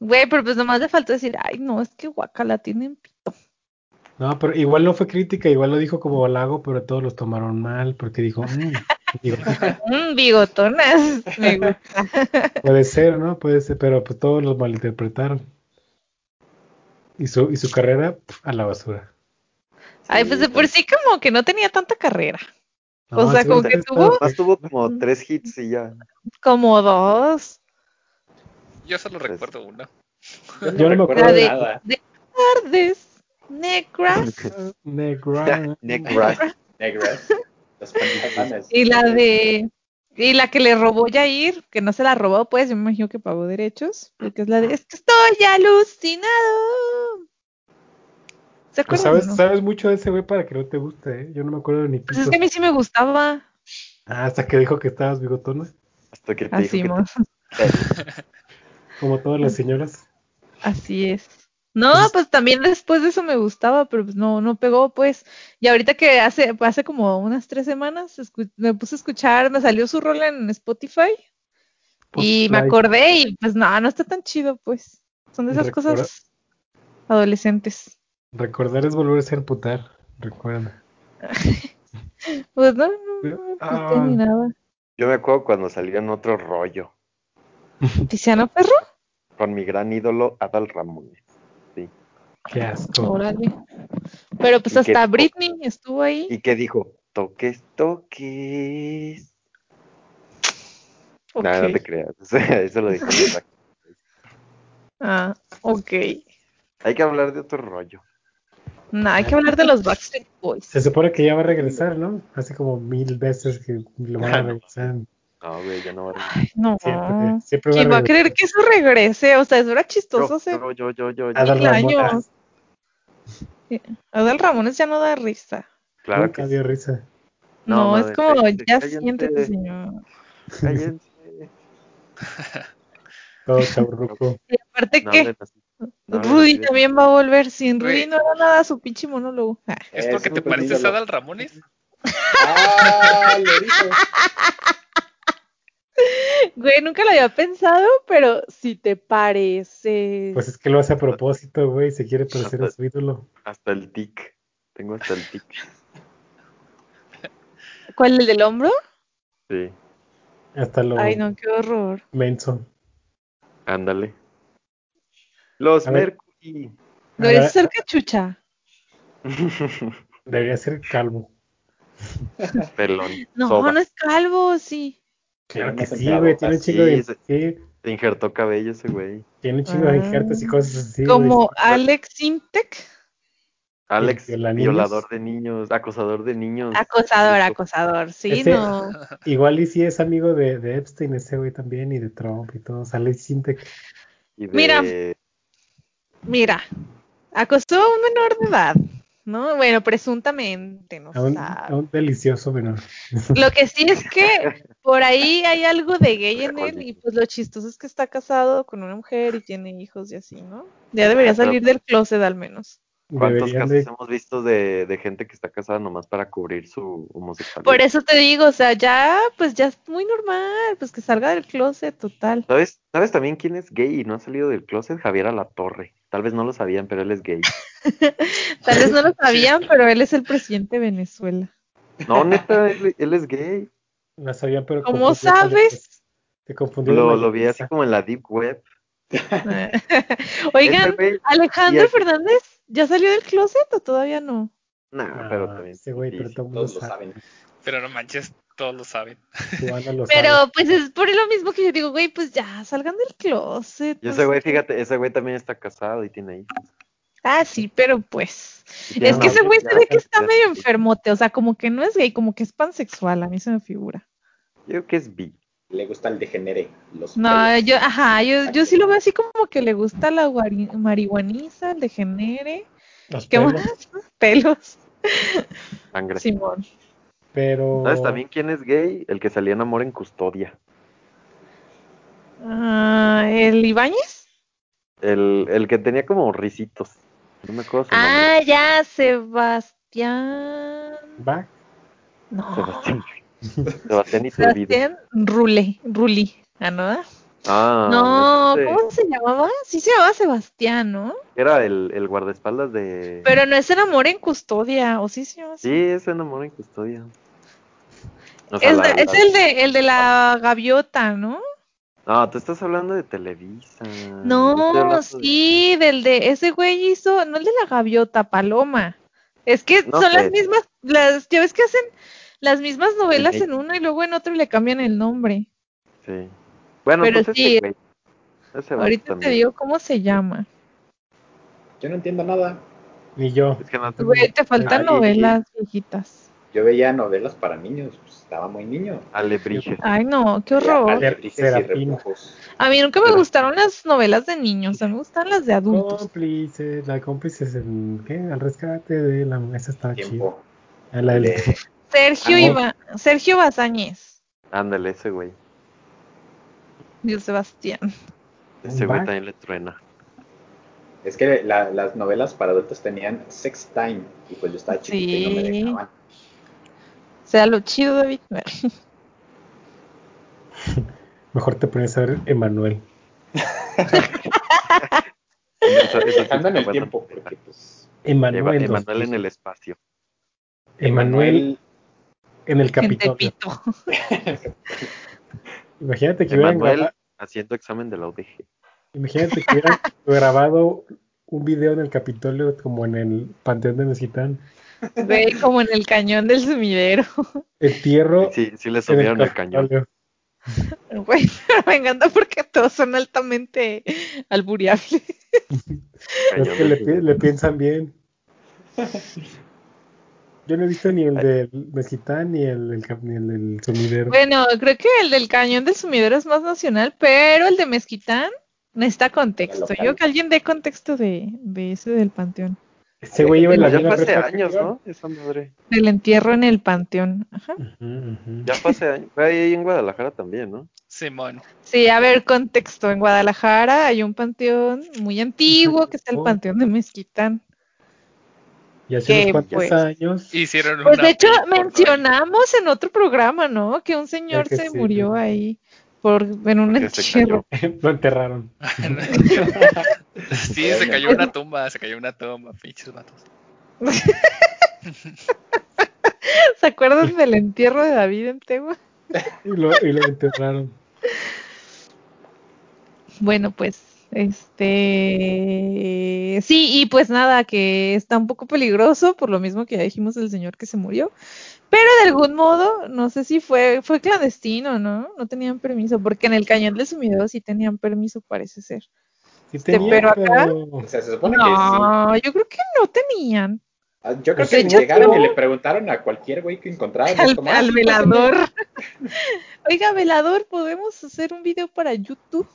B: Güey, pero pues nomás le faltó decir, ay, no, es que guacala tienen pito.
D: No, pero igual no fue crítica, igual lo dijo como halago, pero todos los tomaron mal porque dijo, "Mm", digo,
B: Mm, bigotonas. Me gusta.
D: puede ser, ¿no? Puede ser, pero pues todos los malinterpretaron. Y su, y su carrera pf, a la basura.
B: Ay, pues de por sí como que no tenía tanta carrera.
D: No,
B: O sea,
D: sí,
B: como
D: está-
B: que
D: está-
B: tuvo-
C: Más tuvo como tres hits y ya.
B: Como dos.
F: Yo solo
C: Pues-
F: recuerdo uno.
D: Yo no me
E: recuerdo
D: acuerdo
B: La de-
E: nada.
B: Tardes. Negras.
D: Negra.
C: Nick Rush.
E: Negras. Los pantalones.
B: Y la de. Y la que le robó Yair, que no se la robó, pues, yo me imagino que pagó derechos, porque es la de, es que estoy alucinado. ¿Se
D: Pues
B: acuerdan?
D: sabes,
B: no?
D: sabes mucho de ese güey para que no te guste, ¿eh? Yo no me acuerdo ni
B: Pues es
D: pito.
B: que a mí sí me gustaba.
D: Ah, hasta que dijo que estabas bigotona,
C: Hasta que te
B: Así,
C: dijo
B: mo-
C: que te-
D: como todas
B: Mm.
D: las señoras.
B: así es. No, pues también después de eso me gustaba, pero pues no, no pegó, pues. Y ahorita que hace, hace como unas tres semanas escu- me puse a escuchar, me salió su rol en Spotify y me
D: Spotify.
B: acordé y pues no, no está tan chido, pues. Son de esas
D: Recuerda-
B: cosas adolescentes.
D: Recordar es volverse a amputar, recuerda.
B: Pues no, no, no me
D: Ah.
B: puse ni nada.
C: Yo me acuerdo cuando salió en otro rollo
B: ¿Tiziano Ferro?
C: con mi gran ídolo Adal Ramones.
D: Qué asco.
B: Órale. Pero pues
C: ¿Y qué
B: hasta
C: to-
B: Britney estuvo ahí.
C: ¿Y qué dijo? Toques, toques.
B: Ok.
C: Nada, no te creas. O sea, Eso lo dije.
B: Ah, ok.
C: Hay que hablar de otro rollo.
B: Nah, hay que
C: Ah.
B: hablar de los Backstreet Boys.
D: Se supone que ya va a regresar, ¿no? Hace como mil veces que lo
C: Ah,
D: van a regresar.
C: No, güey, ya no va a regresar.
B: No.
D: Siempre, siempre va a
B: Ah. ¿Quién va a
D: regresar.
B: creer que eso regrese? O sea, eso era chistoso hace
C: Yo, yo, yo, yo, yo.
D: A dar
B: mil
D: la mota.
B: años. Adel Ramones ya no da risa.
C: Claro
D: Nunca
C: que sí.
D: dio risa.
B: No,
C: No,
B: es
C: madre,
B: como,
C: cállate,
B: ya
C: cállate.
B: siéntete, señor.
C: Cállense.
D: Todo chaburruco.
B: Y aparte
C: No
B: que
C: hablen así. No hablen
B: Rudy
C: así de-
B: también va a volver. Sin Rudy
F: Güey.
B: no era nada su pinche monólogo. Ah,
F: ¿Es
E: Es
F: porque
E: un
F: te pareces a
E: ídolo.
F: Adal Ramones?
E: ¡Ah, lorito!
B: Güey, nunca lo había pensado, pero si te parece.
D: Pues es que lo hace a propósito, güey. Se quiere parecer a su ídolo.
C: Hasta el tic. Tengo hasta el tic.
B: ¿Cuál, el del hombro?
C: Sí.
D: Hasta lo
B: Ay, no, qué horror.
D: menso.
C: Ándale. Los
D: A ver.
C: Mercury.
B: Deberías ser
D: Ahora-
B: cachucha.
D: Debería ser calvo.
C: Pelón.
B: No,
C: Soba.
B: no es calvo, sí.
D: Claro
E: no
D: que
E: se
D: sí,
E: calvo.
D: güey. Tiene un
C: Así
D: chingo de.
C: se-
D: sí,
C: Se injertó cabello ese güey.
D: Tiene un chingo de
B: Ah.
D: injertos y cosas así. güey.
B: Como Alex Sintek,
C: Alex,
D: viola niños?
C: violador de niños, acosador de niños.
B: acosador, acosador, sí,
D: Ese-
B: no.
D: Igual y sí es amigo de, de Epstein, ese güey también, y de Trump y todo. Sale Sinte.
C: Y de-
B: Mira. Mira, acostó a un menor de edad, ¿no? Bueno, presuntamente, no
D: A un, a
B: sabe.
D: un delicioso menor.
B: Lo que sí es que por ahí hay algo de gay en él y pues lo chistoso es que está casado con una mujer y tiene hijos y así, ¿no? Ya debería
C: Ah, pero-
B: salir del closet al menos.
C: ¿Cuántos
D: Deberían
C: casos
D: de-
C: hemos visto de, de gente que está casada nomás para cubrir su homosexualidad?
B: Por eso te digo, o sea, ya, pues ya es muy normal, pues que salga del closet total.
C: ¿Sabes, ¿Sabes también quién es gay y no ha salido del closet? Javier Alatorre. Tal vez no lo sabían, pero él es gay.
B: Tal vez no lo sabían, pero él es el presidente de Venezuela.
C: No, neta, él, él es gay.
D: No sabían, pero.
B: ¿Cómo
D: confundieron la-
B: sabes?
D: Te confundieron.
C: Lo,
D: la-
C: lo vi así como en la deep web.
B: Oigan,
C: Ese güey,
B: Alejandro
C: y el-
B: Fernández, ¿ya salió del closet o todavía no?
C: nah,
D: Ah,
C: pero también.
D: ese güey,
C: sí,
D: pero
C: sí.
D: todo el mundo
E: Todos lo
D: sabe.
E: saben.
F: Pero no manches, todos lo saben.
D: Juana lo sabe.
B: Pero pues es por lo mismo que yo digo, güey, pues ya, salgan del closet.
C: Y
B: no
C: ese güey,
B: sé.
C: fíjate, ese güey también está casado y tiene hijos.
B: Ah, sí, pero pues.
C: Y tiene
B: Es
C: una
B: que ese güey
C: novia.
B: se ve que está medio enfermote, o sea, como que no es gay, como que es pansexual, a mí se me figura.
C: Yo creo que es bi.
E: Le gusta el degenere. Los
B: No,
E: pelos.
B: yo, ajá, yo, yo sí lo veo así como que le gusta la guari- marihuaniza, el degenere,
D: Los
B: ¿qué
D: pelos,
B: más? Pelos,
C: Sangre.
B: Simón.
D: Pero.
C: ¿Sabes también quién es gay? El que salía en amor en custodia.
B: Ah, ¿El Ibáñez?
C: El, el que tenía como risitos. No me acuerdo su nombre.
B: Ah, ya, Sebastián.
D: Va.
B: No.
C: Sebastián. Sebastián Iturbide.
B: Sebastián Rule, Ruli. Ah, ¿no?
C: Ah,
B: no,
C: este,
B: ¿cómo se llamaba? Sí se llamaba Sebastián, ¿no?
C: Era el, el guardaespaldas de.
B: Pero no es el amor en custodia, ¿o sí se llama así?
C: Sí, es en amor en custodia. O sea,
B: Es,
C: la-
B: de- es
C: la-
B: el, de, el de la gaviota, ¿no?
C: No, tú estás hablando de Televisa. Yo Ah, estoy hablando
B: No,
C: de-
B: sí, del de ese güey hizo, no el de la gaviota, Paloma. Es que
C: No
B: son
C: sé.
B: las mismas, las, ya ves que hacen las mismas novelas
C: Ujú.
B: en una y luego en otra le cambian el nombre.
C: Sí. Bueno,
B: Pero
C: pues
B: sí. eh,
C: ese güey. Ese vato
B: Ahorita
C: también.
B: te digo cómo se llama.
E: Yo no entiendo nada.
D: Ni yo.
C: Es que no te-
B: Güey, te faltan
E: Ay.
B: novelas viejitas.
E: Yo veía novelas para niños. pues, estaba muy niño.
C: Alebrije.
B: Ay, no, qué
E: Veía
B: horror.
E: alebrijes y
D: Serafín.
E: repujo.
B: A mí nunca me
C: Pero-
B: gustaron las novelas de niños, a mí me gustan las de adultos.
D: Cómplices. La cómplices en. ¿Qué? Al rescate de la. Esa estaba chida.
E: tiempo.
D: Ah, La del.
E: de-
B: Sergio
C: Ah, no.
B: Iba, Sergio Bazañez,
C: Ándale, ese güey.
B: Dios Sebastián.
C: Ese güey
D: Back.
C: también le truena.
E: Es que la- las novelas para adultos tenían sex time. Y pues yo estaba chiquito y no me
B: Sí.
E: dejaban.
B: O sea, lo chido, David.
D: Mejor te pones a ver Emanuel.
C: Eso- eso sí
E: Viajando en el
C: está bueno.
E: tiempo. Porque pues.
C: Eva-
D: Emanuel. los-
C: Emanuel en el espacio.
D: Emanuel en el
B: Gente
D: Capitolio.
B: pito.
D: Imagínate que hubieran
C: Emanuel
D: grabado,
C: haciendo examen de la UDG.
D: imagínate que hubieran grabado un video en el Capitolio como en el Panteón de Mezquitán.
B: Güey, como en el cañón del sumidero.
D: Entierro
C: Sí, sí le
D: en
C: subieron el cañón.
D: Capitolio.
B: Güey, pero me encanta porque todos son altamente alburiables.
D: Es
C: cañón
D: que le,
C: del-
D: pi- le piensan bien. Yo no he visto ni el del Mezquitán ni el del cap- ni el del sumidero.
B: Bueno, creo que el del cañón del sumidero es más nacional, pero el de Mezquitán necesita contexto.
E: Local.
B: Yo que alguien dé contexto de, de ese del panteón.
D: Ese güey lleva en la
C: Ya
D: misma
C: pasé
D: prepa
C: años,
D: que yo.
C: ¿no? Esa madre.
B: Del entierro en el panteón. Ajá.
D: Ujú, ujú.
C: Ya pasé años. Fue ahí en Guadalajara también, ¿no?
F: Simón.
B: Sí, a ver, contexto. En Guadalajara hay un panteón muy antiguo que es el
D: Oh.
B: panteón de Mezquitán.
D: Y hace
B: que,
D: unos cuantos
B: pues,
D: años.
F: Hicieron
B: Pues
F: una
B: de hecho
F: peli porno ahí.
B: mencionamos en otro programa, ¿no? Que un señor
D: que
B: se
D: sí.
B: murió ahí por en un
C: Que se cayó.
B: entierro.
D: Lo enterraron.
F: sí, se cayó una tumba, se cayó una tumba, pinches vatos.
B: ¿Se acuerdan del entierro de David en Tegua?
D: Y lo, y lo enterraron.
B: Bueno, pues, este, sí, y pues nada, que está un poco peligroso, por lo mismo que ya dijimos del señor que se murió, pero de algún modo, no sé si fue, fue clandestino, ¿no? No tenían permiso, porque en el cañón del sumidero sí tenían permiso, parece ser.
D: Sí
B: Este,
D: tenía,
B: pero
D: pero,
B: acá-
E: O sea, se supone que sí.
B: No, yo creo que no tenían.
E: Ah, Yo creo
B: Pues
E: que
B: de
E: ni
B: hecho,
E: llegaron y
B: no.
E: le preguntaron a cualquier güey que encontraron.
B: Al,
E: como, ah,
B: al
E: sí,
B: velador. Oiga, velador, ¿podemos hacer un video para YouTube?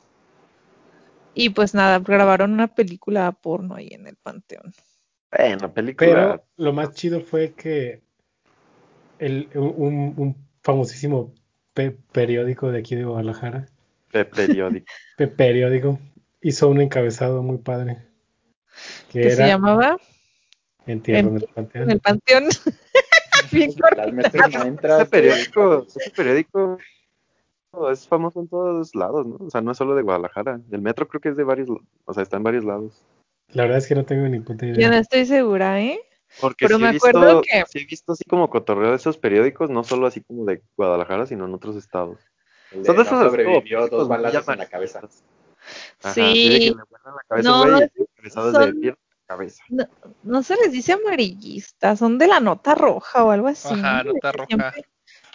B: Y pues nada, grabaron una película porno ahí en el panteón.
C: En la película.
D: pero lo más chido fue que el, un, un famosísimo pe- periódico de aquí de Guadalajara,
C: de periódico.
D: pe- periódico, hizo un encabezado muy padre. Que
B: Que se
D: era
B: llamaba
D: Entierro en el
B: En
D: Panteón.
B: el panteón.
E: pues,
B: Bien corto.
E: Realmente no
C: Ese
E: entras. güey.
C: periódico, ese periódico es famoso en todos lados, ¿no? O sea, no es solo de Guadalajara. El metro creo que es de varios, la- o sea, está en varios lados.
D: La verdad es que no tengo ni puta
B: Yo no
D: idea.
B: estoy segura, ¿eh?
C: Porque
B: Pero
C: sí
B: me
C: he visto,
B: acuerdo que-
C: sí he visto así como cotorreo de esos periódicos, no solo así como de Guadalajara, sino en otros estados.
E: El de
C: Son de
E: no
C: esos así como
E: sobrevivió
C: periódicos
E: dos
C: muy
E: balazos en la
C: amarillistas.
E: cabeza.
C: Ajá,
B: Sí.
C: así de que le vuelan la cabeza,
B: No,
C: güey, y encabezados de
B: son-
C: pierna a cabeza.
B: No se les dice amarillistas, son de la nota roja o algo así.
F: Ajá,
B: ¿no?
F: nota
B: Que
F: roja.
B: siempre-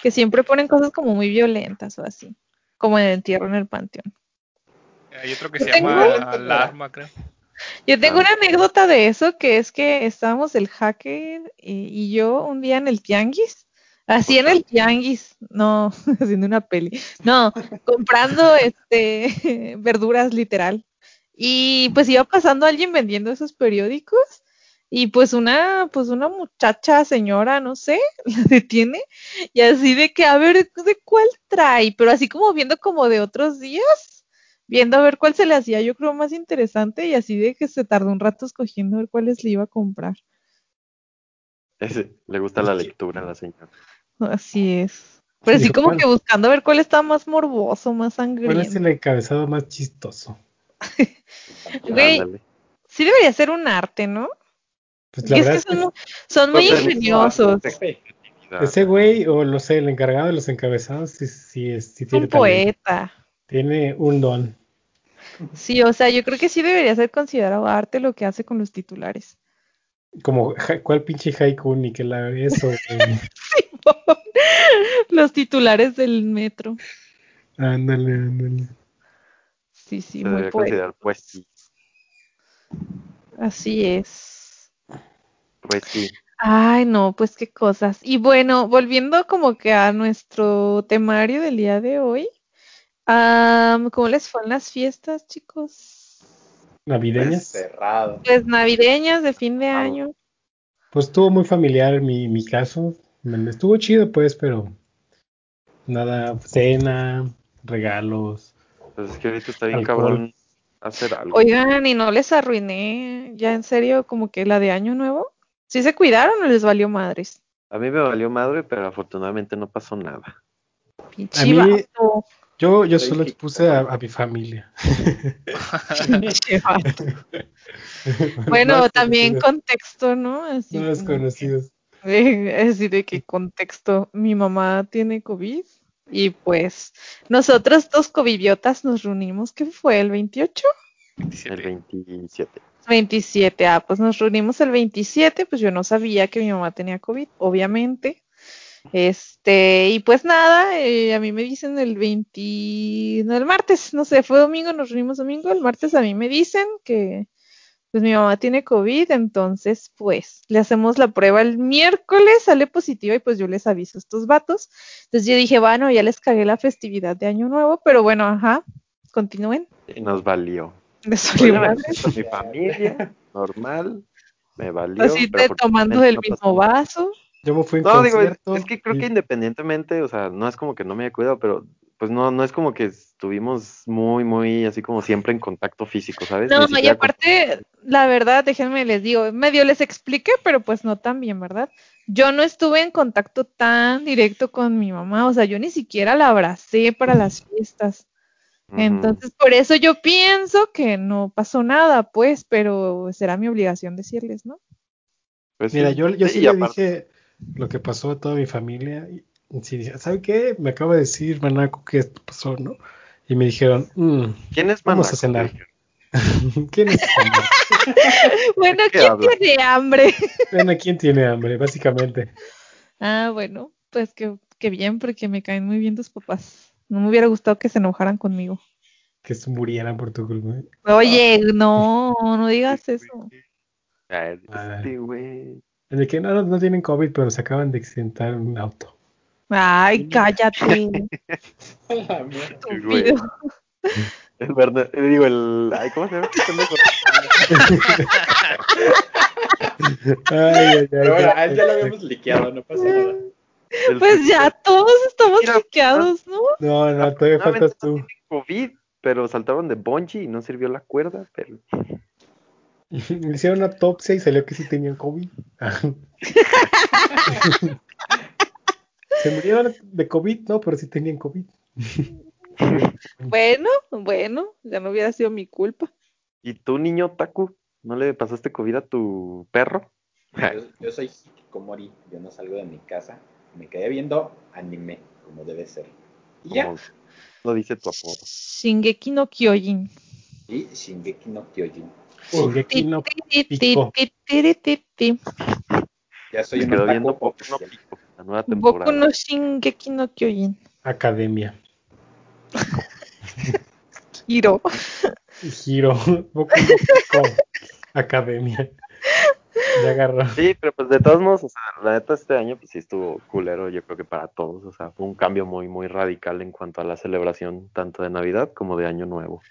B: que siempre ponen cosas como muy violentas o así. Como en el entierro en el panteón.
F: Hay otro que se
B: Tengo-
F: llama Alarma, creo.
B: Yo tengo
C: Ah.
B: una anécdota de eso, que es que estábamos el hacker y, y yo un día en el tianguis, así en el tianguis, no, haciendo una peli, no, comprando este verduras literal. Y pues iba pasando alguien vendiendo esos periódicos y pues una, pues una muchacha, señora, no sé, la detiene y así de que a ver de cuál trae, pero así como viendo como de otros días, viendo a ver cuál se le hacía yo creo más interesante y así de que se tardó un rato escogiendo a ver cuáles le iba a comprar.
C: Ese, le gusta la lectura a la señora.
B: Así es. Pero así
D: Dijo,
B: como
D: "Bueno".
B: que buscando a ver cuál está más morboso, más
D: ¿Cuál es
B: sangriento.
D: el encabezado más chistoso?
B: Güey,
C: Ándale.
B: sí debería ser un arte, ¿no?
D: Pues
B: Y
D: la
B: es
D: verdad
B: que
D: es que
B: son, mu- son muy
C: Pues, el-
B: ingeniosos.
E: pues,
D: ese güey, o lo sé, el encargado de los encabezados, sí, sí, es- sí
B: Es
D: tiene
B: un
D: talento.
B: poeta.
D: Tiene un don.
B: Sí, o sea, yo creo que sí debería ser considerado arte lo que hace con los titulares.
D: Como, ja- ¿cuál pinche haiku? Ni que la eso. güey.
B: los titulares del metro.
D: ándale, ándale.
B: Sí, sí,
C: Se
B: muy poeta.
C: debería considerar, pues sí,
B: Así es.
C: pues sí.
B: Ay, no, pues qué cosas. Y bueno, volviendo como que a nuestro temario del día de hoy, am, ¿cómo les fueron las fiestas, chicos?
D: ¿Navideñas?
C: Este.
E: Cerrado.
B: Pues navideñas de fin de
C: Ah,
B: año.
D: Pues estuvo muy familiar mi, mi caso. Me- Estuvo chido, pues, pero nada, cena, regalos.
C: Pues es que ahorita está bien
D: Alcohol.
C: cabrón hacer algo.
B: Oigan, y no les arruiné, ya en serio, como que la de año nuevo. ¿Sí se cuidaron o les valió madres?
C: A mí me valió madre, pero afortunadamente no pasó nada.
B: Pinche
D: A mí-
B: vato,
D: Yo, yo
E: Soy
D: solo
E: hijo.
D: expuse a, a mi familia.
B: pinche vato. Bueno,
D: Más
B: también
D: conocidos,
B: contexto, ¿no? Así
D: más
B: como-
D: conocidos.
B: De, así de que contexto, mi mamá tiene COVID y pues nosotros dos covidiotas nos reunimos, que fue el 28?
C: El 27.
B: 27, ah, pues nos reunimos el 27, pues yo no sabía que mi mamá tenía COVID, obviamente. Este, y pues nada, eh, a mí me dicen el 20, no, el martes, no sé, fue domingo, nos reunimos domingo, el martes a mí me dicen que pues mi mamá tiene COVID, entonces pues le hacemos la prueba el miércoles, sale positiva y pues yo les aviso a estos vatos. Entonces yo dije, bueno, ya les cagué la festividad de Año Nuevo, pero bueno, ajá, continúen.
C: Y nos valió.
B: Les
C: Pude
B: valió
C: haber
B: madre.
C: visto a mi familia, normal, me valió.
B: Así
C: pero
B: Pues te tomando del
C: afortunadamente no
B: mismo
C: pasó nada.
B: vaso.
D: Yo me fui a un
C: No, digo, es,
D: concierto
C: es que creo
D: y-
C: que independientemente, o sea, no es como que no me haya cuidado, pero pues no, no es como que estuvimos muy, muy así como siempre en contacto físico, ¿sabes? Pues, Ni
B: No, y
C: siquiera con-
B: aparte, la verdad, déjenme les digo, medio les expliqué, pero pues no tan bien, ¿verdad? Yo no estuve en contacto tan directo con mi mamá, o sea, yo ni siquiera la abracé para las fiestas.
C: Ujú.
B: Entonces, por eso yo pienso que no pasó nada, pues, pero será mi obligación decirles, ¿no?
C: Pues
D: Mira,
C: sí.
D: yo, yo sí,
C: y
D: le
C: aparte-
D: dije lo que pasó a toda mi familia. Y, y sí dije, ¿sabe qué? Me acaba de decir Manaco que esto pasó, ¿no? Y me dijeron, "Mm,
C: ¿Quién es
D: Vamos a
C: Manaco?
D: cenar.
C: Dije,
D: ¿quién es esa madre?
B: Bueno,
C: qué
B: ¿quién
C: habla?
B: tiene hambre?
D: Ven, ¿a quién tiene hambre? Básicamente.
B: Ah, bueno, pues que, que bien, porque me caen muy bien tus papás. No me hubiera gustado que se enojaran conmigo.
D: Que se murieran por tu culpa.
B: Oye, no, no digas eso.
C: "Ay,
D: Ah.
C: este güey".
D: De que no, no, no tienen COVID, pero se acaban de accidentar en un auto.
B: Ay, cállate.
E: La mierda.
C: Sí,
B: Estúpido.
C: güey. El Bernard- eh, digo, el. Ay, ¿cómo se llama? este pendejo?
D: Ay, ay, ay,
E: Pero bueno, a
D: ay,
E: él
B: este,
E: ya lo habíamos liqueado, no pasa nada.
C: El-
B: Pues ya todos estamos
C: Mira,
B: piqueados, ¿no?
D: No, no, todavía faltas
C: Afortunadamente no
D: tú.
C: tiene COVID, pero saltaron de bungee y no sirvió la cuerda, pero.
D: Le hicieron una autopsia y salió que sí tenían COVID. se murieron de COVID, no, pero sí tenían COVID.
B: Bueno, bueno, ya no hubiera sido mi culpa.
C: ¿Y tú, niño Taku, no le pasaste COVID a tu perro?
E: Yo, yo soy Hikikomori, yo no salgo de mi casa. Me quedé viendo anime, como debe ser. Y ya.
C: Como lo dice tu apodo.
B: Shingeki no Kyojin.
E: Y Shingeki no Kyojin.
D: Shingeki no
B: Ti, ti,
D: Pico.
B: ti, ti, ti, ti.
E: Ya soy
C: Se
E: un
C: quedó viendo
E: otaku
C: Boku no
E: oficial.
C: Pico, la nueva
B: Boku
C: temporada.
B: no Shingeki no Kyojin.
D: Academia.
B: Kiro.
D: Giro. Boku no Pico. Academia. Ya agarró.
C: Sí, pero pues de todos modos, o sea, la neta este año pues sí estuvo culero, yo creo que para todos, o sea, fue un cambio muy, muy radical en cuanto a la celebración tanto de Navidad como de Año Nuevo.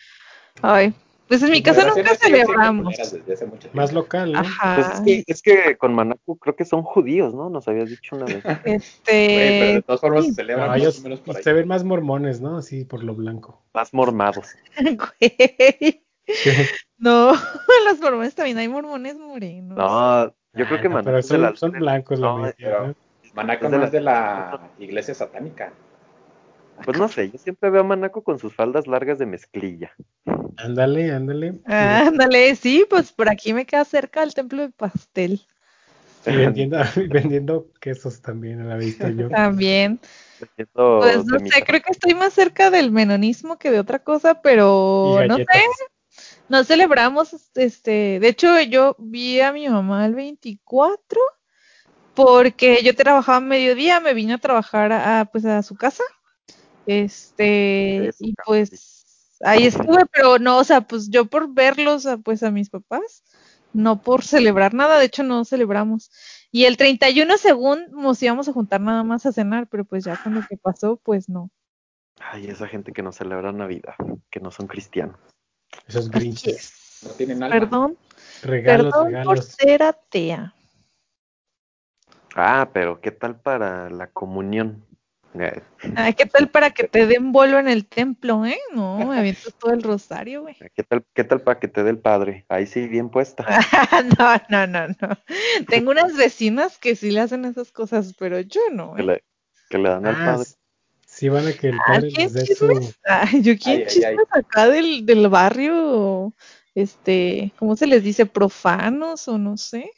B: Ay, pues en mi casa
E: Relaciones
B: nunca
E: siguen siendo
B: celebramos.
E: culeras desde hace mucho tiempo.
D: Más local, ¿no?
C: Pues
B: Ajá.
C: es que, es que con Manaco creo que son judíos, ¿no? Nos habías dicho una vez.
E: Güey, pero de
B: Este.
E: todas formas se
D: No,
E: celebran más
D: ellos pues,
E: o menos por ahí.
D: se ven más mormones, ¿no? Así por lo blanco.
C: Más mormados.
B: güey. No, los mormones también hay mormones morenos.
C: No, yo creo
D: Ah,
C: que
D: no,
C: Manaco
D: pero
C: es de la
D: son, son
C: línea-
D: blancos la
C: No,
D: mayoría, ¿no?
E: Manaco
C: es de
E: no
C: la-
E: es de la iglesia satánica.
C: Pues no sé, yo siempre veo a Manaco con sus faldas largas de mezclilla.
D: ¿eh? Ándale, ándale.
B: Ah, Ándale, sí, pues por aquí me queda cerca el templo de pastel.
D: Y vendiendo, y vendiendo quesos también a la vista yo.
B: También.
C: Haciendo
B: Pues no sé,
C: semitas.
B: creo que estoy más cerca del menonismo que de otra cosa, pero
D: Y
B: Oh, no
D: galletas.
B: sé, no celebramos, este, de hecho yo vi a mi mamá el 24 porque yo trabajaba a mediodía, me vine a trabajar a, pues a su casa,
C: Sí,
B: este,
C: es su
B: y
C: casa,
B: pues ahí estuve, pero no, o sea, pues yo por verlos, a, pues a mis papás, no por celebrar nada, de hecho no celebramos. Y el 31 según nos íbamos a juntar nada más a cenar, pero pues ya con lo
D: Ah.
B: que pasó, pues no.
C: Ay, esa gente que no celebra Navidad, que no son cristianos.
D: Esos
B: Así
D: grinches.
B: es.
E: No tienen alma.
B: Perdón,
D: Regalos,
B: perdón por
D: regalos.
B: ser atea.
C: Ah, pero ¿qué tal para la comunión? Eh,
B: Ay, Ah, ¿qué tal para que te den vuelo en el templo, eh? No, me aviento todo el rosario, güey.
C: ¿Qué tal, qué tal para que te dé el padre? Ahí sí, bien puesta.
B: Ah, no, no, no, no. Tengo unas vecinas que sí le hacen esas cosas, pero yo no,
C: Que
B: ¿eh?
C: le, que le dan al
D: Ah,
C: padre.
D: sí, van a que el
B: Ah,
D: padre
B: ¿quién
D: les dé su.
B: chismes? Ay, yo quién
E: Ay, ay,
B: chismes acá del, del barrio, este, ¿cómo se les dice? Profanos o no sé.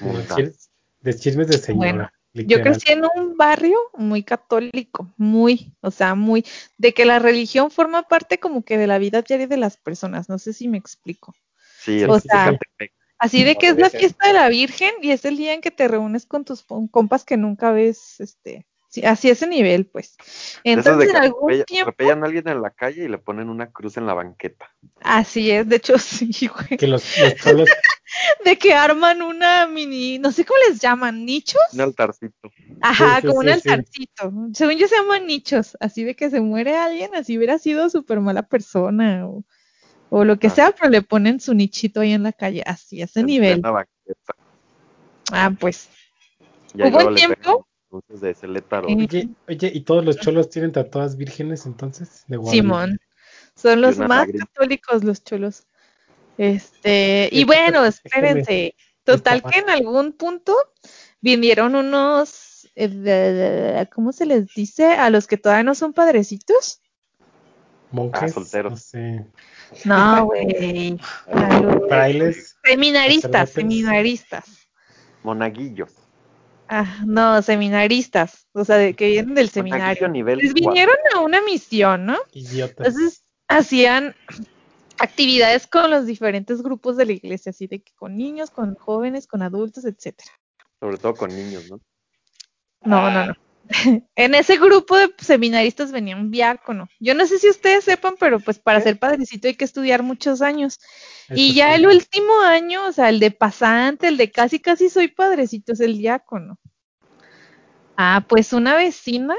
D: De
C: Multa.
D: chismes de, chismes de señora.
B: Bueno, Yo
D: literal.
B: crecí en un barrio muy católico, muy, o sea, muy, de que la religión forma parte como que de la vida diaria de las personas, no sé si me explico.
C: Sí, el
B: O sea,
C: Zacatepec.
B: Así de
E: No
B: que es la
E: debe ser.
B: fiesta de la Virgen y es el día en que te reúnes con tus pon- compas que nunca ves, este, sí, así ese nivel, pues.
C: De esos de
B: Entonces, en
C: que
B: algún
C: atropella-
B: tiempo,
C: atropellan a alguien en la calle y le ponen una cruz en la banqueta.
B: así es, de hecho, sí, güey,
D: Que los, los cholos,
B: de que arman una mini, no sé cómo les llaman, nichos,
C: Un altarcito.
B: ajá,
D: sí,
B: como un
D: sí, sí.
B: altarcito, según yo se llaman nichos, así de que se muere alguien, así hubiera sido súper mala persona o, o lo que
C: Ah.
B: sea, pero le ponen su nichito ahí en la calle, así, ese
C: en
B: nivel.
C: plena banqueta.
B: Ah, pues,
C: Y ahí
B: Hubo
C: luego
B: el
C: le pegan
B: tiempo.
C: luces de celétaro.
B: Sí.
D: oye, oye, y todos los cholos tienen tatuadas vírgenes entonces, de Guadalupe.
B: Simón. Son los
C: una
B: más
C: lágrima.
B: católicos los cholos. Este, y
D: Déjame-
B: bueno,
D: déjame
B: espérense. Total
D: destapar.
B: que en algún punto vinieron unos, eh, de- de- de- ¿cómo se les dice? A los que todavía no son padrecitos.
D: Monjes,
C: Ah, solteros.
D: no sé,
B: No, güey. a los
D: frailes,
B: Seminaristas,
D: Sacerdotes.
B: seminaristas.
C: Monaguillos.
B: Ah, no, seminaristas. O sea, de, que vienen del
C: Monaguillo
B: seminario.
C: nivel
B: Les
C: cuatro.
B: vinieron a una misión, ¿no?
D: idiotas.
B: Entonces hacían actividades con los diferentes grupos de la iglesia, así de que con niños, con jóvenes, con adultos, etcétera.
C: Sobre todo con niños, ¿no?
B: No, no, no. En ese grupo de seminaristas venía un diácono. Yo no sé si ustedes sepan, pero pues para ser padrecito hay que estudiar muchos años. Y
D: Eso
B: ya
D: sí.
B: el último año, o sea, el de pasante, el de casi casi soy padrecito, es el diácono. Ah, pues una vecina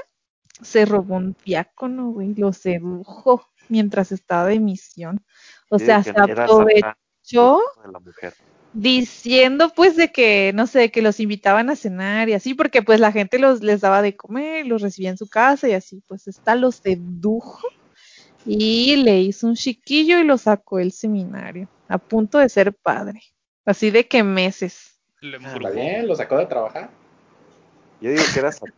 B: se robó un diácono, güey, lo sedujo mientras estaba de misión. O
C: Sí,
B: sea,
C: que
B: se
C: era Satán,
B: aprovechó
C: de la mujer.
B: diciendo pues de que, no sé, que los invitaban a cenar y así, porque pues la gente los, les daba de comer, los recibía en su casa y así, pues esta los sedujo y le hizo un chiquillo y lo sacó del seminario, a punto de ser padre, así de que meses.
F: Lo
E: Está
F: embrujó.
E: bien, lo sacó de trabajar.
C: Yo digo que era Satán.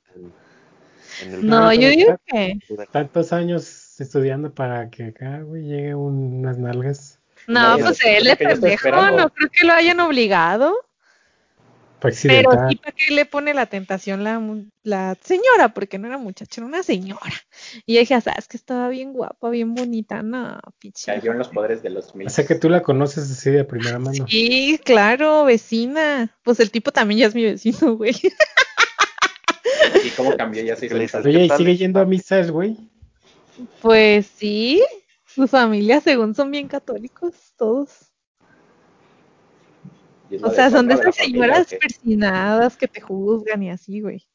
C: En el
B: No,
D: pero
B: yo digo
D: está-
B: que...
D: Tantos años estudiando para que acá, güey, llegue un- unas nalgas.
B: No,
E: No,
B: pues
E: yo-
B: él
E: yo
B: es
E: creo que yo estoy
B: pendejo,
E: esperando.
B: no creo que lo hayan obligado,
D: Fue
B: pero
D: accidental.
B: sí para que le pone la tentación la, mu- la señora, porque no era muchacha, era una señora. Y yo dije, "Ah, sabes que estaba bien guapa, bien bonita, no, pinche.
E: Cayó en los poderes de los mil.
D: O sea que tú la conoces así de primera mano.
B: Sí, claro, vecina. Pues el tipo también ya es mi vecino, güey.
E: ¿Y cómo cambió? Ya se hizo
C: Le
E: el
C: dices,
E: santo.
D: Oye,
C: ¿qué
D: ¿y
C: tal?
D: sigue yendo a misa el güey?
B: Pues sí, su familia según son bien católicos todos.
E: Y es la
B: O
E: de
B: sea, son de
E: Sandra
B: esas
E: la familia,
B: señoras
E: ¿o qué?
B: persinadas que te juzgan y así, güey.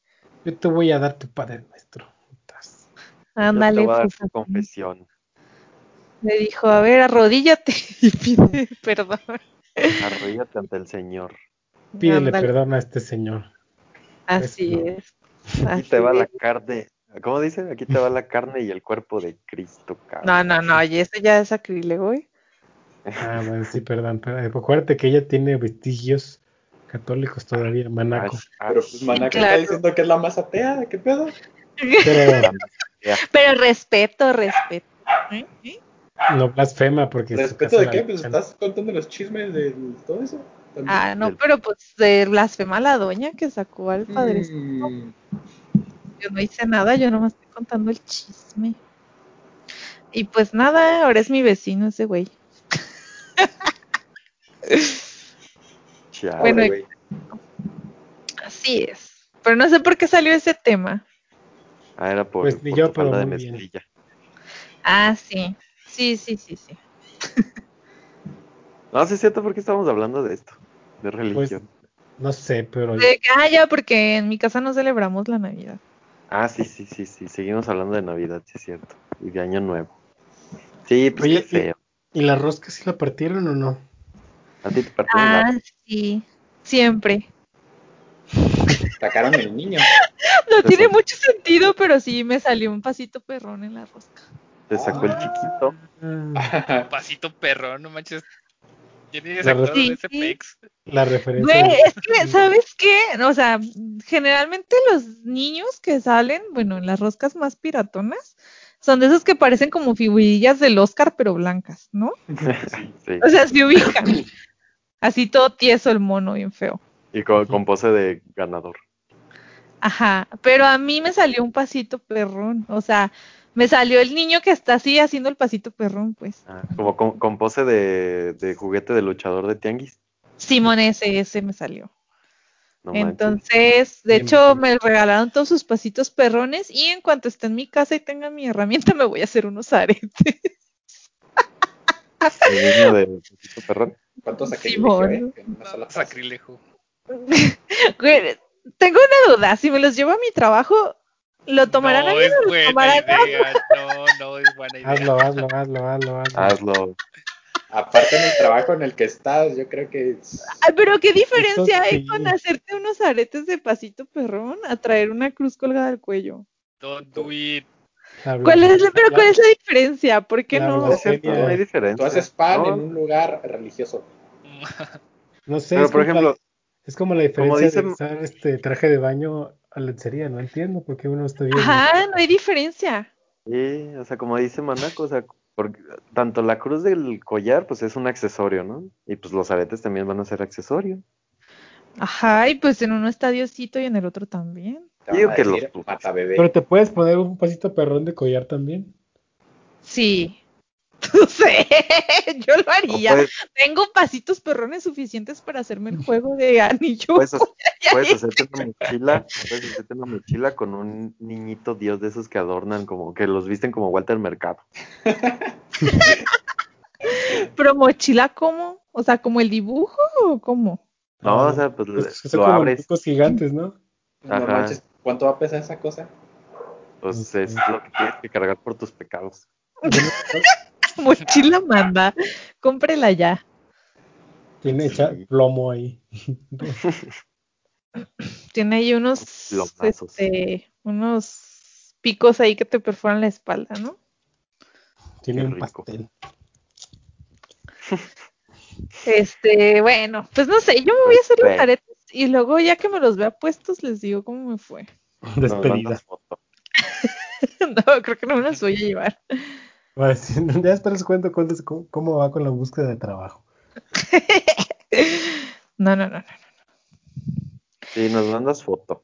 D: Yo te voy a dar tu padre nuestro. Putas.
C: Yo te
B: Ándale,
C: voy a dar tu
B: pues, así.
C: confesión.
B: Me dijo, a ver, arrodíllate y pide perdón.
C: Arrodíllate ante el Señor.
D: Pídele
B: Ándale,
D: perdón a este señor.
B: Así
D: no.
B: es.
C: Aquí
B: así
C: te va la
B: es.
C: carne. ¿Cómo dice? Aquí te va la carne y el cuerpo de Cristo,
B: No,
C: cabrón.
B: no, no, y eso ya es ¿eh? sacrílego, güey.
D: Ah, bueno, sí, perdón. pero eh, acuérdate que ella tiene vestigios católicos todavía, manaco.
C: Ash-
E: Pero pues
C: ash-
E: Manaco
B: claro.
E: está diciendo que es la más atea, ¿qué pedo?
D: Pero
B: Pero respeto, respeto. ¿eh? ¿eh?
D: no blasfema porque... su
E: ¿Respeto
D: casa
E: de
D: la
E: qué? Pues
D: luchan.
E: estás contando los chismes de todo eso. también.
B: Ah, no,
C: Del-
B: pero pues se blasfema la doña que sacó al padre.
E: Mm,
B: Yo no hice nada, yo nomás estoy contando el chisme. Y pues nada, ahora es mi vecino ese güey.
C: Chale.
E: pobre
B: Bueno,
E: güey.
B: Así es. Pero no sé por qué salió ese tema.
C: Ah, era por,
D: Pues ni
C: por
D: yo,
C: tu
D: pero
C: falda de
D: muy bien.
C: mezclilla.
B: Ah, sí. Sí, sí, sí, sí.
C: No, sí es cierto, ¿por qué estábamos hablando de esto?
D: Pues,
C: De religión.
D: No sé, pero...
B: De que, ah, ya, porque en mi casa no celebramos la Navidad.
C: Ah, sí, sí, sí, sí. Seguimos hablando de Navidad, sí es cierto. Y de Año Nuevo. Sí, pues
D: Oye,
C: qué feo.
D: ¿Y la rosca sí la partieron o no?
C: A ti te partieron la-
B: Ah, sí. Siempre.
E: Sacaron el niño.
B: No
C: Eso.
B: tiene mucho sentido, pero sí me salió un pasito perrón en la rosca.
C: Te sacó el chiquito.
D: Ah,
F: Pasito perro, no manches. Yo ni
D: La
F: había sacado
B: verdad-
F: de ese
B: Sí.
F: pex.
D: la referencia...
B: Güey, es que, ¿sabes qué? O sea, generalmente los niños que salen, bueno, en las roscas más piratonas, son de esos que parecen como figurillas del Oscar, pero blancas, ¿no?
C: Sí.
B: O sea, se ubican. Así todo tieso el mono, bien feo.
C: Y con, con pose de ganador.
B: Ajá, pero a mí me salió un pasito perrón, o sea, Me salió el niño que está así haciendo el pasito perrón, pues.
C: Ah, como con, con pose de, de juguete de luchador de tianguis.
B: Simón ese, ese me salió.
C: No manches.
B: Entonces, de
D: Bien,
B: hecho,
D: bien.
B: me regalaron todos sus pasitos perrones y en cuanto esté en mi casa y tenga mi herramienta, me voy a hacer unos aretes.
C: El niño de Pepito Perrón.
E: ¿Cuántos sacrilegios,
B: Simón.
E: eh? En una sola frase.
F: Sacrilejo.
B: Güey, Tengo una duda, si me los llevo a mi trabajo, ¿lo tomarán
F: no
B: ahí
F: es
B: o lo
F: buena
B: tomarán no?
F: idea. No, no es buena idea.
D: Hazlo, hazlo, hazlo, hazlo, hazlo.
C: Hazlo.
E: Aparte en el trabajo en el que estás, yo creo que es-
B: Ay, pero qué diferencia hay
D: sí.
B: con hacerte unos aretes de pasito perrón a traer una cruz colgada al cuello.
F: Don't do it.
D: Habla-
B: ¿Cuál es la, pero
D: habla-
B: cuál es la diferencia? ¿Por qué
D: la
B: no?
C: No, es cierto,
D: seria.
C: no hay diferencia.
E: tú haces pan
C: No,
E: en un lugar religioso.
D: No sé,
C: Pero
D: es
C: por
D: como
C: ejemplo,
D: la- es como la diferencia
C: dice-
D: de usar este traje de baño a lencería, no entiendo por qué uno está bien.
B: Ajá, no hay diferencia.
C: sí, o sea, como dice Manaco, o sea, porque tanto la cruz del collar, pues es un accesorio, ¿no? Y pues los aretes también van a ser accesorio.
B: Ajá, y pues en uno está Diosito y en el otro también.
E: Te van
C: Digo
E: a
C: que
E: decir,
C: los-
E: mata bebé.
D: Pero te puedes poner un pasito perrón de collar también.
B: Sí. No sé, yo lo
C: O
B: haría.
C: puedes,
B: Tengo pasitos perrones suficientes para hacerme el juego de anillo.
C: puedes hacer-
B: Ya
C: puedes
B: dije.
C: hacerte una mochila, puedes hacerte una mochila con un niñito dios de esos que adornan, como que los visten como Walter Mercado.
B: Pero mochila, ¿cómo? O sea, ¿como el dibujo o cómo?
C: No,
D: Ah,
C: o sea, pues
D: Pues,
C: le-
D: son
C: lo
D: como
C: abres.
D: picos gigantes, ¿no?
E: No
C: Ajá.
E: manches, ¿cuánto va a pesar esa cosa?
C: Pues es lo que tienes que cargar por tus pecados.
B: Mochila manda. Cómprela ya.
D: Tiene hecha
C: Sí.
D: plomo ahí.
B: Tiene ahí unos,
C: Plomazos.
B: este, unos picos ahí que te perforan la espalda, ¿no?
D: Tiene
C: Qué
D: un
C: rico.
D: pastel.
B: Este, bueno, pues no sé, yo me voy a hacer los
C: Perfecto.
B: aretes y luego ya que me los vea puestos les digo cómo me fue.
C: Nos
D: Despedida.
C: mandas foto.
B: No, creo que no me los voy a llevar.
D: Va a decir, Ya después les cuento cuál es- cómo, cómo va con la búsqueda de trabajo.
B: No, no, no, no.
C: Sí, nos mandas foto.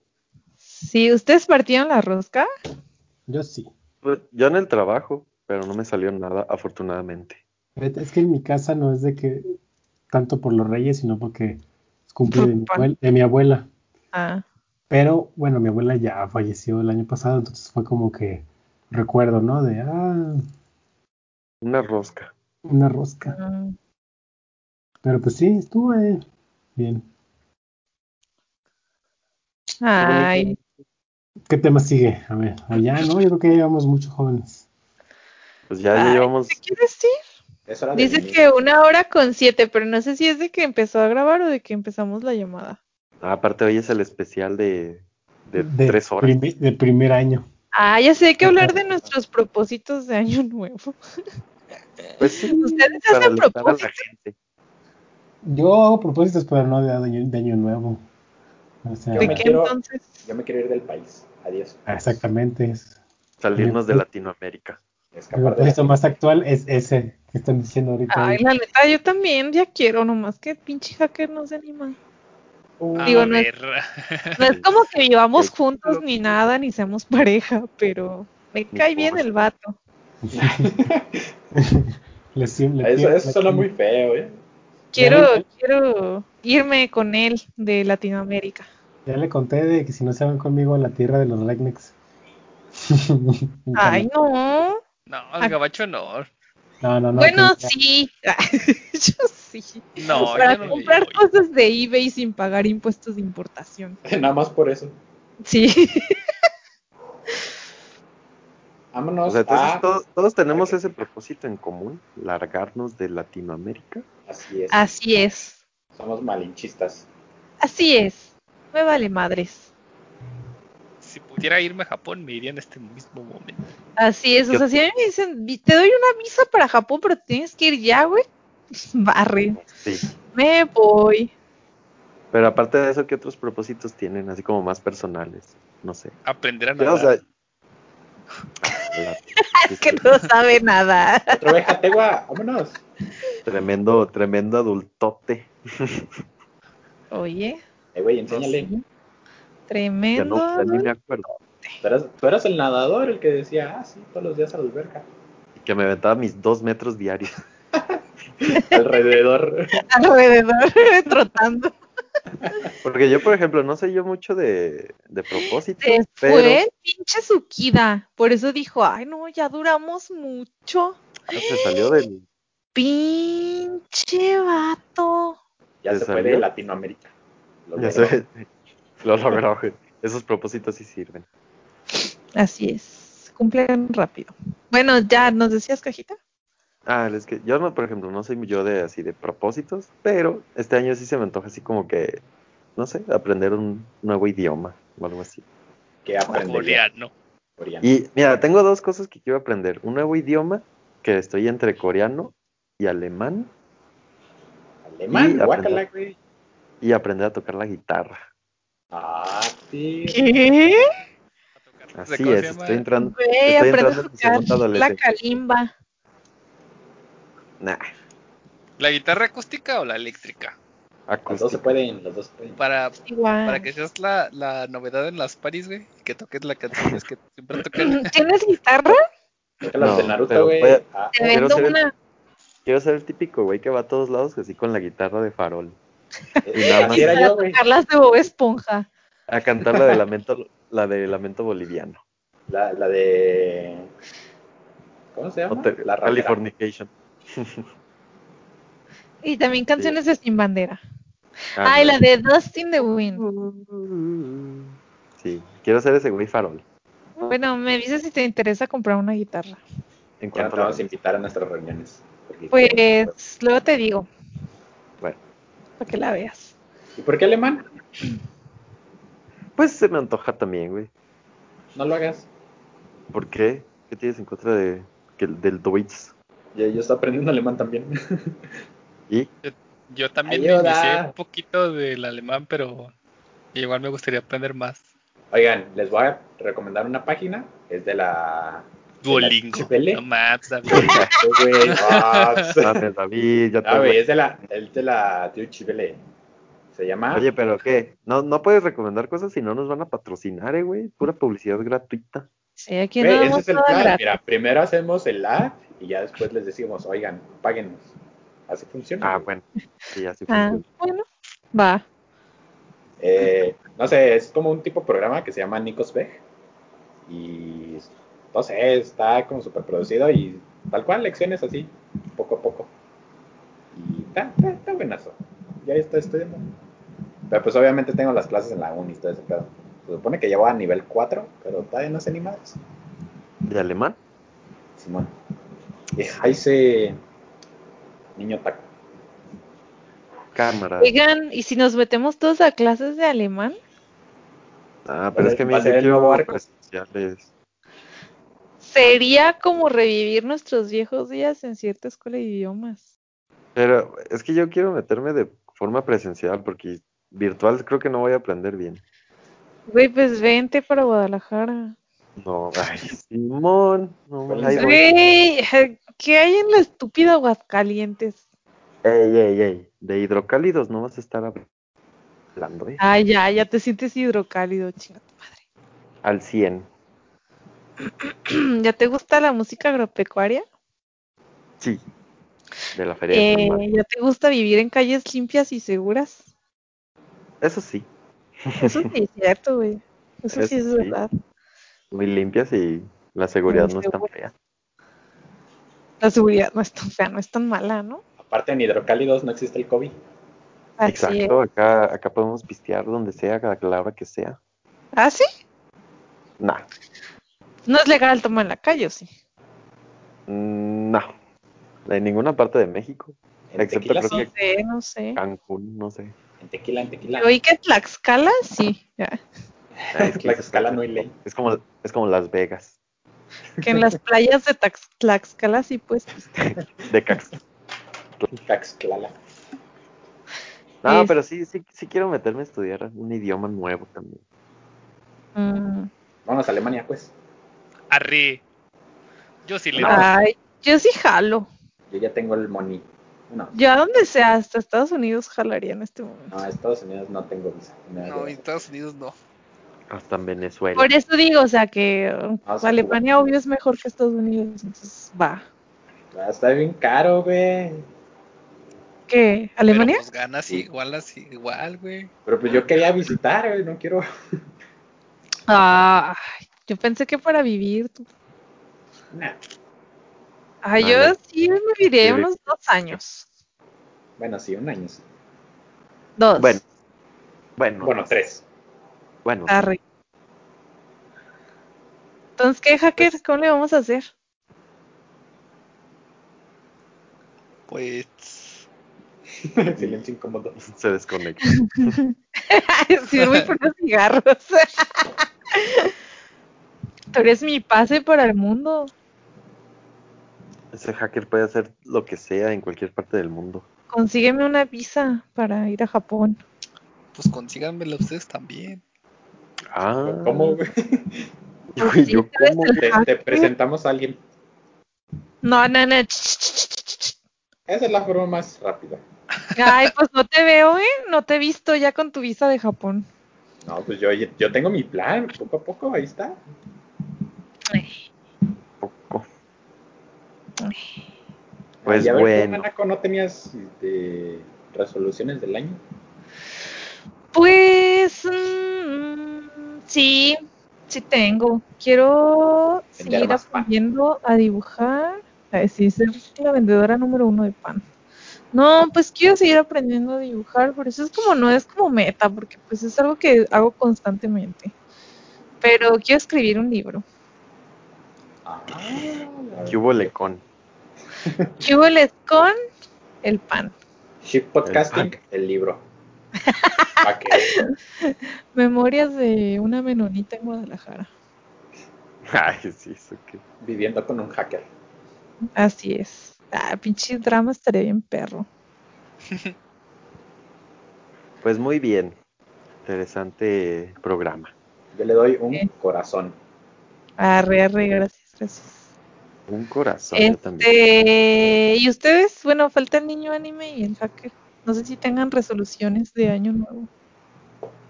B: Sí, ¿ustedes partieron la rosca?
D: Yo sí.
C: Pues, Yo en el trabajo, pero no me salió nada, afortunadamente.
D: Fíjate, Es que en mi casa no es de que tanto por los reyes, sino porque es cumple de mi,
B: Por
D: abuel- de mi abuela.
B: Ah,
D: Pero bueno, mi abuela ya falleció el año pasado, entonces fue como que recuerdo, ¿no? De, ah,
C: Una rosca.
D: una rosca.
B: ah.
D: Pero pues sí, estuve bien.
B: Ay,
D: ¿Qué tema sigue? A ver, o ya, ¿no? Yo creo que ya llevamos muchos jóvenes.
C: Pues ya, ya
B: Ay,
C: llevamos.
B: ¿qué quiere decir?
E: Es hora de
B: Dice
E: venir.
B: que una hora con siete, pero no sé si es de que empezó a grabar o de que empezamos la llamada.
C: Ah, aparte, hoy es el especial de, de
D: De
C: tres horas.
D: primi- de primer año.
B: Ah, ya sé hay que hablar de nuestros propósitos de año nuevo.
C: Pues sí,
B: Ustedes
C: para
B: hacen
C: alentar a la
B: propósitos.
C: gente.
D: Yo hago propósitos, pero no de año, de año nuevo. O sea, ah,
B: ¿De
E: Yo me
B: qué
E: quiero-
B: entonces?
E: Yo me quiero ir del país. Adiós.
D: exactamente. Es,
C: Salirnos de Latinoamérica.
D: el
E: Escapar de la-
D: propósito más actual es ese que están diciendo ahorita.
B: Ay, la neta, yo también ya quiero, nomás que pinche hacker no se anima.
F: A
B: Digo, no es-
F: ver.
B: No es como que vivamos
C: Sí.
B: juntos ni nada, ni seamos pareja, pero me
C: Ni
B: cae bien
C: por-
B: el vato.
D: Le sim- le
E: Eso,
D: tiro-
E: eso
D: le
E: suena
D: tiro-
E: muy feo, ¿eh?
B: Quiero,
D: Ujú.
B: quiero irme con él de Latinoamérica.
D: Ya le conté de que si no se van conmigo a la tierra de los rednecks.
B: Ay, no.
F: No, el gabacho no.
D: no, no, no.
B: Bueno,
D: que-
B: sí. Yo sí.
F: No,
B: Pues, Para
F: yo no le
B: comprar
F: voy.
B: cosas de eBay sin pagar impuestos de importación.
E: Nada más por eso.
B: Sí.
E: Vámonos Ah,
C: O sea, entonces
B: Ah.
E: a-
C: todos, todos tenemos ese propósito en común, largarnos de Latinoamérica.
E: Así es.
B: Así es.
E: Somos malinchistas.
B: Así es. Me vale madres.
F: Si pudiera irme a Japón, me iría en este mismo momento.
B: Así es. O
C: Yo-
B: sea, si a mí me dicen, "Vi- te doy una visa para Japón, pero tienes que ir ya, güey. Barre.
C: Sí.
B: Me voy.
C: Pero aparte de eso, ¿qué otros propósitos tienen? Así como más personales. No sé.
F: Aprender a
C: Ya, o
F: nadar.
C: sea. la-
B: Que no sabe nada.
E: Otra vez, Jategua, vámonos.
C: Tremendo, tremendo adultote.
B: Oye,
E: Eh, güey, enséñale.
B: tremendo.
C: Ya no, ya ni me acuerdo.
E: Tú eras, tú eras el nadador, el que decía, ah, sí, todos los días a la alberca.
C: Que me aventaba mis dos metros diarios.
E: Alrededor.
B: Alrededor, trotando.
C: Porque yo, por ejemplo, no sé yo mucho de, de propósito,
B: Se
C: pero
B: fue el pinche Sukida. Por eso dijo, ay no, ya duramos mucho.
C: ah, se salió del...
B: Pinche vato.
E: Ya
C: ¿Te
E: se fue
C: salió?
E: de Latinoamérica. Lo
C: ya
E: logró.
C: sé, lo logró. güey. Esos propósitos sí sirven.
B: Así es. Cumplen rápido. Bueno, ya nos decías, cajita.
C: Ah, es que yo no, por ejemplo, no soy yo de así de propósitos, pero este año sí se me antoja así como que, no sé, aprender un nuevo idioma o algo así.
E: Que aprendería.
F: Coreano.
E: coreano.
C: Y mira, tengo dos cosas que quiero aprender. Un nuevo idioma, que estoy entre coreano y alemán,
E: Alemán,
C: y aprender.
E: guácala, güey.
C: y aprender a tocar la guitarra.
E: Ah, sí.
B: ¿Qué?
C: Así
F: ¿Cómo se
C: es,
F: llama?
C: estoy entrando,
B: Güey,
C: estoy
B: aprende
C: entrando
B: a
C: en mi segunda
B: tocar la
C: adolescencia.
B: calimba.
C: Nah,
F: ¿La guitarra acústica o la eléctrica?
E: Los dos se
C: acústica.
E: pueden, los dos se pueden.
F: Para,
B: Igual.
F: para que seas la, la novedad en las paris, güey. y Que toques la canción es que siempre tocan.
B: ¿Tienes guitarra?
E: Creo que las
C: No,
E: de
C: pero
E: Naruto, güey.
C: puede-
E: Ah,
B: Te
C: Quiero
B: vendo
C: ser el-
B: una.
C: Quiero ser el típico güey que va a todos lados así con la guitarra de farol.
E: eh,
C: nada más.
E: así era
B: para
E: yo, güey.
B: tocar las de Bob Esponja.
C: A cantar la de lamento, la de lamento boliviano.
E: La, la de. ¿Cómo se llama?
C: O te-
E: la rapera.
C: Californication.
B: Y también canciones de Sin Bandera.
C: Ah,
B: Ay,
C: no.
B: la de Dustin the Wind.
C: Sí, quiero ser ese güey farol.
B: Bueno, me dices si te interesa comprar una guitarra.
C: En
E: Ya
C: cuanto
E: no te
C: a la-
E: vamos a invitar a nuestras reuniones. porque-
B: Pues luego te digo.
C: Bueno.
B: Para que la veas.
E: ¿Y por qué alemán?
C: Pues se me antoja también, güey.
E: No lo hagas.
C: ¿Por qué? ¿Qué tienes en contra de, que- del Deutsch?
E: Yo, yo estoy aprendiendo alemán también.
C: ¿Y?
F: Yo también me
E: Ayuda.
F: inicié un poquito del alemán, pero igual me gustaría aprender más.
E: Oigan, les voy a recomendar una página. Es de la.
F: Duolingo.
E: XPL?
F: No mames, David.
E: Ay, güey, ah,
C: Mames, David, ya te
E: Ah, güey,
C: voy.
E: es de la, es de la Deutsche Welle. Se llama.
C: Oye, pero ¿qué? No, no puedes recomendar cosas si no nos van a patrocinar, eh, güey. Pura publicidad gratuita.
B: Sí, aquí
E: Güey,
B: no
E: ese
B: damos
E: es el
B: nada
E: plan.
B: gratis.
E: Mira, primero hacemos el ad y ya después les decimos, oigan, páguenos. Así funciona.
C: Ah, bueno. Sí, así
B: Ah,
C: funciona.
B: bueno, va.
E: Eh, no sé, es como un tipo de programa que se llama Nikos Beg. Y no sé, está como súper producido y tal cual lecciones así, poco a poco. Y está, está, está buenazo. Ya está estudiando. Pero pues obviamente tengo las clases en la uni y todo ese pedo. Se supone que ya voy a nivel 4, pero todavía no sé ni más.
C: ¿De alemán?
E: Simón. Eh, Ahí se. Niño taco. Ah.
C: Cámara.
B: Oigan, ¿y si nos metemos todos a clases de alemán?
C: Ah, pero es que mira,
E: Va a
C: yo
E: ser el nuevo
C: quiero
E: arco.
C: presenciales.
B: Sería como revivir nuestros viejos días en cierta escuela de idiomas.
C: Pero es que yo quiero meterme de forma presencial porque virtual creo que no voy a aprender bien.
B: Güey, pues vente para Guadalajara.
C: No, ay, Simón. No,
E: Pues,
C: ahí voy.
B: Güey, ¿qué hay en la estúpida Aguascalientes?
C: Ey, ey, ey. De hidrocálidos no vas a estar hab- hablando, ¿eh?
B: Ay, Ah, ya, ya te sientes hidrocálido, chinga tu madre.
C: Al 100.
B: ¿Ya te gusta la música agropecuaria?
C: Sí. De la feria. de
B: Eh,
C: San Marcos.
B: ¿Ya te gusta vivir en calles limpias y seguras?
C: Eso sí.
B: Eso sí es cierto, güey. Eso sí es
C: Eso sí.
B: verdad.
C: Muy limpias y la seguridad
B: Muy
C: no es tan
B: seguras.
C: fea.
B: La seguridad no es tan fea, no es tan mala, ¿no?
E: Aparte en hidrocálidos no existe el COVID.
B: Así es.
C: Exacto. Acá, acá podemos pistear donde sea, cada palabra que sea.
B: ¿Ah, sí?
C: Nah.
B: No es legal tomar en la calle, ¿o sí?
C: Mm, No. En ninguna parte de México.
E: En
C: Excepto
E: tequila,
C: creo
E: sí.
B: No sé, no sé.
C: Cancún, no sé.
E: En tequila, en tequila.
B: Oí que Tlaxcala, sí. ya.
C: Ah, es que-
E: Tlaxcala no hay ley.
C: Es como, es como Las Vegas,
B: Que en las playas de Tax- Tlaxcala sí, pues.
C: de Cax.
E: Tlaxcala.
C: No,
B: Es-
C: pero sí, sí, sí quiero meterme a estudiar un idioma nuevo también.
B: mm.
E: Vámonos a Alemania, pues.
F: Arre. Yo sí le
C: No.
F: doy.
B: Ay, yo sí jalo.
E: Yo ya tengo el money. No,
B: Yo a donde sea, hasta Estados Unidos jalaría en este momento.
E: no, a Estados Unidos no tengo visa. Me da
F: No, en
E: miedo.
F: Estados Unidos no.
C: hasta en Venezuela.
B: Por eso digo, o sea, que uh,
E: Ah, sí,
B: Alemania
E: Cuba.
B: obvio es mejor que Estados Unidos, entonces va.
E: Ah, Está bien caro, güey.
B: ¿Qué?
F: Pero,
B: ¿Alemania?
F: pues ganas igual, así, igual, güey.
E: Pero pues yo quería visitar, güey. No quiero.
B: Ah, yo pensé que para vivir. tú.
E: Nah.
B: Ay,
C: Ah,
B: yo
C: no.
B: sí me viviré
C: Sí.
B: unos dos años.
E: Bueno, sí, un año. sí.
B: Dos.
C: Bueno, bueno,
E: Bueno, tres.
C: bueno,
B: Arre. Entonces, ¿qué hacker? ¿Cómo le vamos a hacer?
F: Pues.
E: Silencio incómodo.
C: se desconecta.
B: Sirve por los cigarros. Tú eres mi pase para el mundo.
C: Ese hacker puede hacer lo que sea en cualquier parte del mundo.
B: Consígueme una visa para ir a Japón.
F: Pues consíganmela ustedes también.
C: Ah,
E: ¿Cómo, güey?
C: Güey, yo
B: Sí, tú eres
C: cómo,
B: el
E: Te, te
B: hacker.
E: presentamos a alguien.
B: No, no, no. ch, ch, ch, ch, ch.
E: Esa es la forma más rápida.
B: Ay, pues no te veo, ¿eh? No te he visto ya con tu visa de Japón.
E: No, pues yo, yo tengo mi plan, poco a poco, ahí está.
C: poco.
B: Ay.
C: Pues
E: Ya ves, tú,
C: bueno,
E: Nanako, no tenías este, resoluciones del año.
B: Pues mm, sí, sí tengo. Quiero
E: Vender
B: seguir
E: más pan.
B: aprendiendo a dibujar. A ver, sí, ser la vendedora número uno de pan. No, pues quiero seguir aprendiendo a dibujar, pero eso es como no es como meta, porque pues es algo que hago constantemente. Pero quiero escribir un libro.
E: Ah,
C: ¿qué hubo lecón?
B: Chivoles con el pan.
E: Ship Podcasting,
C: El-
E: el, libro. Pa' que-
B: Memorias de una menonita en Guadalajara.
C: Ay, sí, eso que.
E: viviendo con un hacker.
B: Así es. Ah, pinche drama estaría bien perro.
C: Pues muy bien. Interesante programa.
E: Yo le doy un
B: Sí.
E: corazón.
B: Arre, arre, gracias, gracias.
C: Un corazón yo también.
B: Este, y ustedes, bueno, falta el niño anime y el hacker. No sé si tengan resoluciones de año nuevo.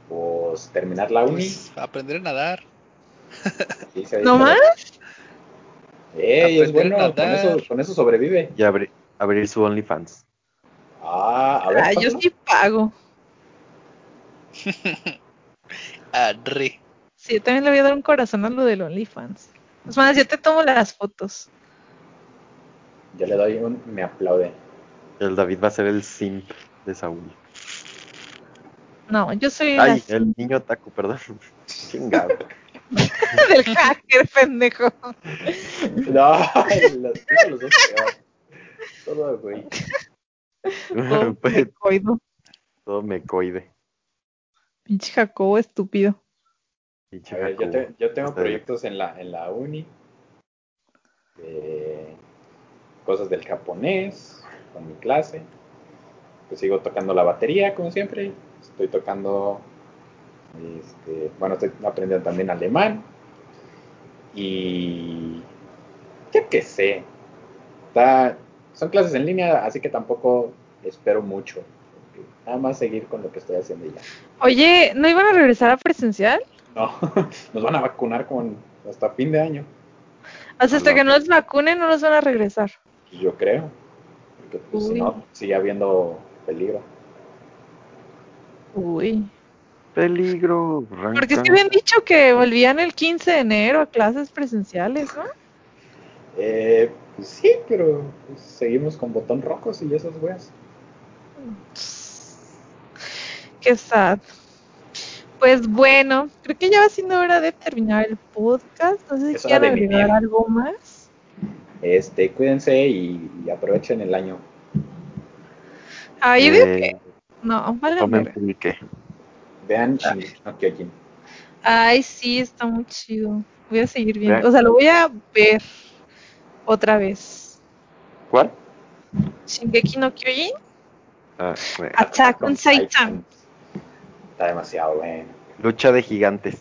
E: Pues terminar la uni.
F: Pues aprender a nadar.
E: sí, se
B: ¿No
E: dice.
B: más?
E: Ey, es
F: Aprender
E: bueno,
F: a
E: con
F: nadar.
E: eso, con eso sobrevive.
C: Y abri- abrir su OnlyFans.
E: Ah, a ver.
B: Ah, yo
E: pásalo.
B: sí pago.
F: Arre.
B: Sí, yo también le voy a dar un corazón a lo del OnlyFans. Es más, yo te tomo las fotos.
E: Yo le doy un me aplaude.
C: El David va a ser el simp de Saúl.
B: No, yo soy la
C: Ay,
B: simp
C: el niño taco, perdón. Chingado.
B: del hacker, pendejo.
E: No, los, los dos peor. Todo, güey.
B: Todo
C: Pues,
B: coido.
C: Todo me coide.
B: Pinche Jacobo estúpido.
C: Pinche
E: A ver, yo,
C: Jacobo.
E: te- yo tengo
C: Está
E: proyectos en la, en la uni, eh, cosas del japonés, con mi clase. Pues sigo tocando la batería, como siempre. Estoy tocando, este, bueno, estoy aprendiendo también alemán. Y yo qué sé. Está- son clases en línea, así que tampoco espero mucho. Nada más seguir con lo que estoy haciendo y ya.
B: Oye, ¿no iban a regresar a presencial?
E: No, nos van a vacunar con hasta fin de año.
B: O sea, hasta
C: No.
B: que no los vacunen, no los van a regresar.
E: Pues yo creo. Porque pues, si
B: Uy.
E: no, sigue habiendo peligro.
B: Uy.
C: Peligro. ranca.
B: Porque es que habían dicho que volvían el 15 de enero a clases presenciales, ¿no?
E: Eh, pues sí, pero pues, seguimos con botón rojos y esas weas.
B: Qué sad. Pues bueno, creo que ya va siendo hora de terminar el podcast. No sé si
E: Es hora
B: quieren
E: de mimir.
B: agregar algo más.
E: Este, cuídense y, y aprovechen el año.
B: Ah, yo digo que
C: Eh,
B: no, vale la
C: tomen
B: verga.
C: pulque.
E: Vean Shingeki no Kyojin.
B: Ay, sí, está muy chido. Voy a seguir viendo.
C: Vean.
B: O sea, lo voy a ver otra vez.
C: ¿Cuál?
B: Shingeki no Kyojin,
C: Ah, bueno.
B: Attack on Titan.
E: Titan. Está demasiado bueno.
C: Lucha de gigantes.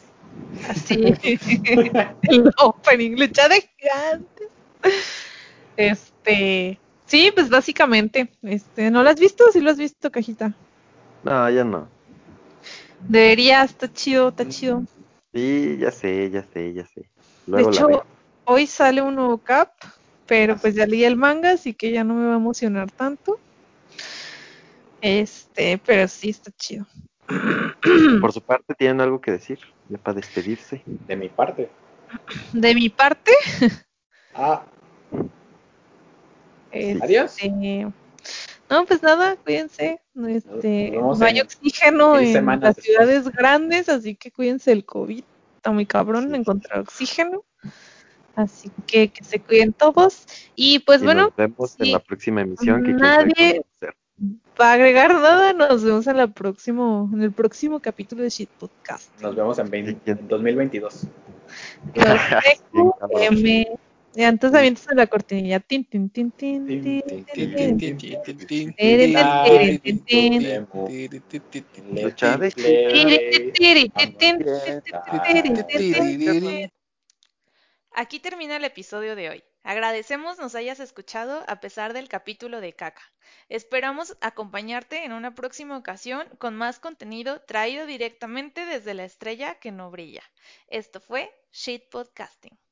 B: Así. el opening, lucha de gigantes. Este. Sí, pues básicamente. Este, ¿No lo has visto? Sí lo has visto, cajita.
C: No, ya no. Mm,
B: Debería, está chido, está chido.
C: Sí, ya sé, ya sé, ya sé.
B: De
C: Luego la
B: hecho,
C: veo.
B: hoy sale un nuevo cap, pero pues ya leí el manga, así que ya no me va a emocionar tanto. Este, pero sí está chido. mm.
C: Por su parte, tienen algo que decir, ya para despedirse.
E: De mi parte.
B: De mi parte,
E: Ah,
B: este,
E: Eh, adiós.
B: no, pues nada, cuídense. no, Este,
E: Nos vemos
B: no hay
E: en
B: oxígeno
E: seis
B: en
E: semanas
B: las
E: después.
B: ciudades grandes, así que cuídense del COVID. Está muy cabrón
C: Sí.
B: encontrar oxígeno. Así que que se cuiden todos. Y pues
C: y
B: bueno,
C: nos vemos en
B: sí.
C: la próxima emisión que quién
B: Nadie-
C: sabe cuándo va a ser.
B: para agregar nada, nos vemos en, la próximo, en el próximo capítulo de Shit Podcast.
E: Nos vemos en, 20 en
B: Los
E: 2022.
C: Bien,
B: dejo,
C: cabrón.
B: eh, me- y antes también está la cortinilla. Tin, tin, tin, tin,
E: Tin,
B: tin, tin,
E: tin, tin,
B: tin.
E: tin.
F: Bye.
C: Lucha de
B: Tiri, tiri, tin, tin, tin, tin, tin, tin, tin.
A: Aquí termina el episodio de hoy. Agradecemos nos hayas escuchado a pesar del capítulo de caca. Esperamos acompañarte en una próxima ocasión con más contenido traído directamente desde la estrella que no brilla. Esto fue Shit Podcasting.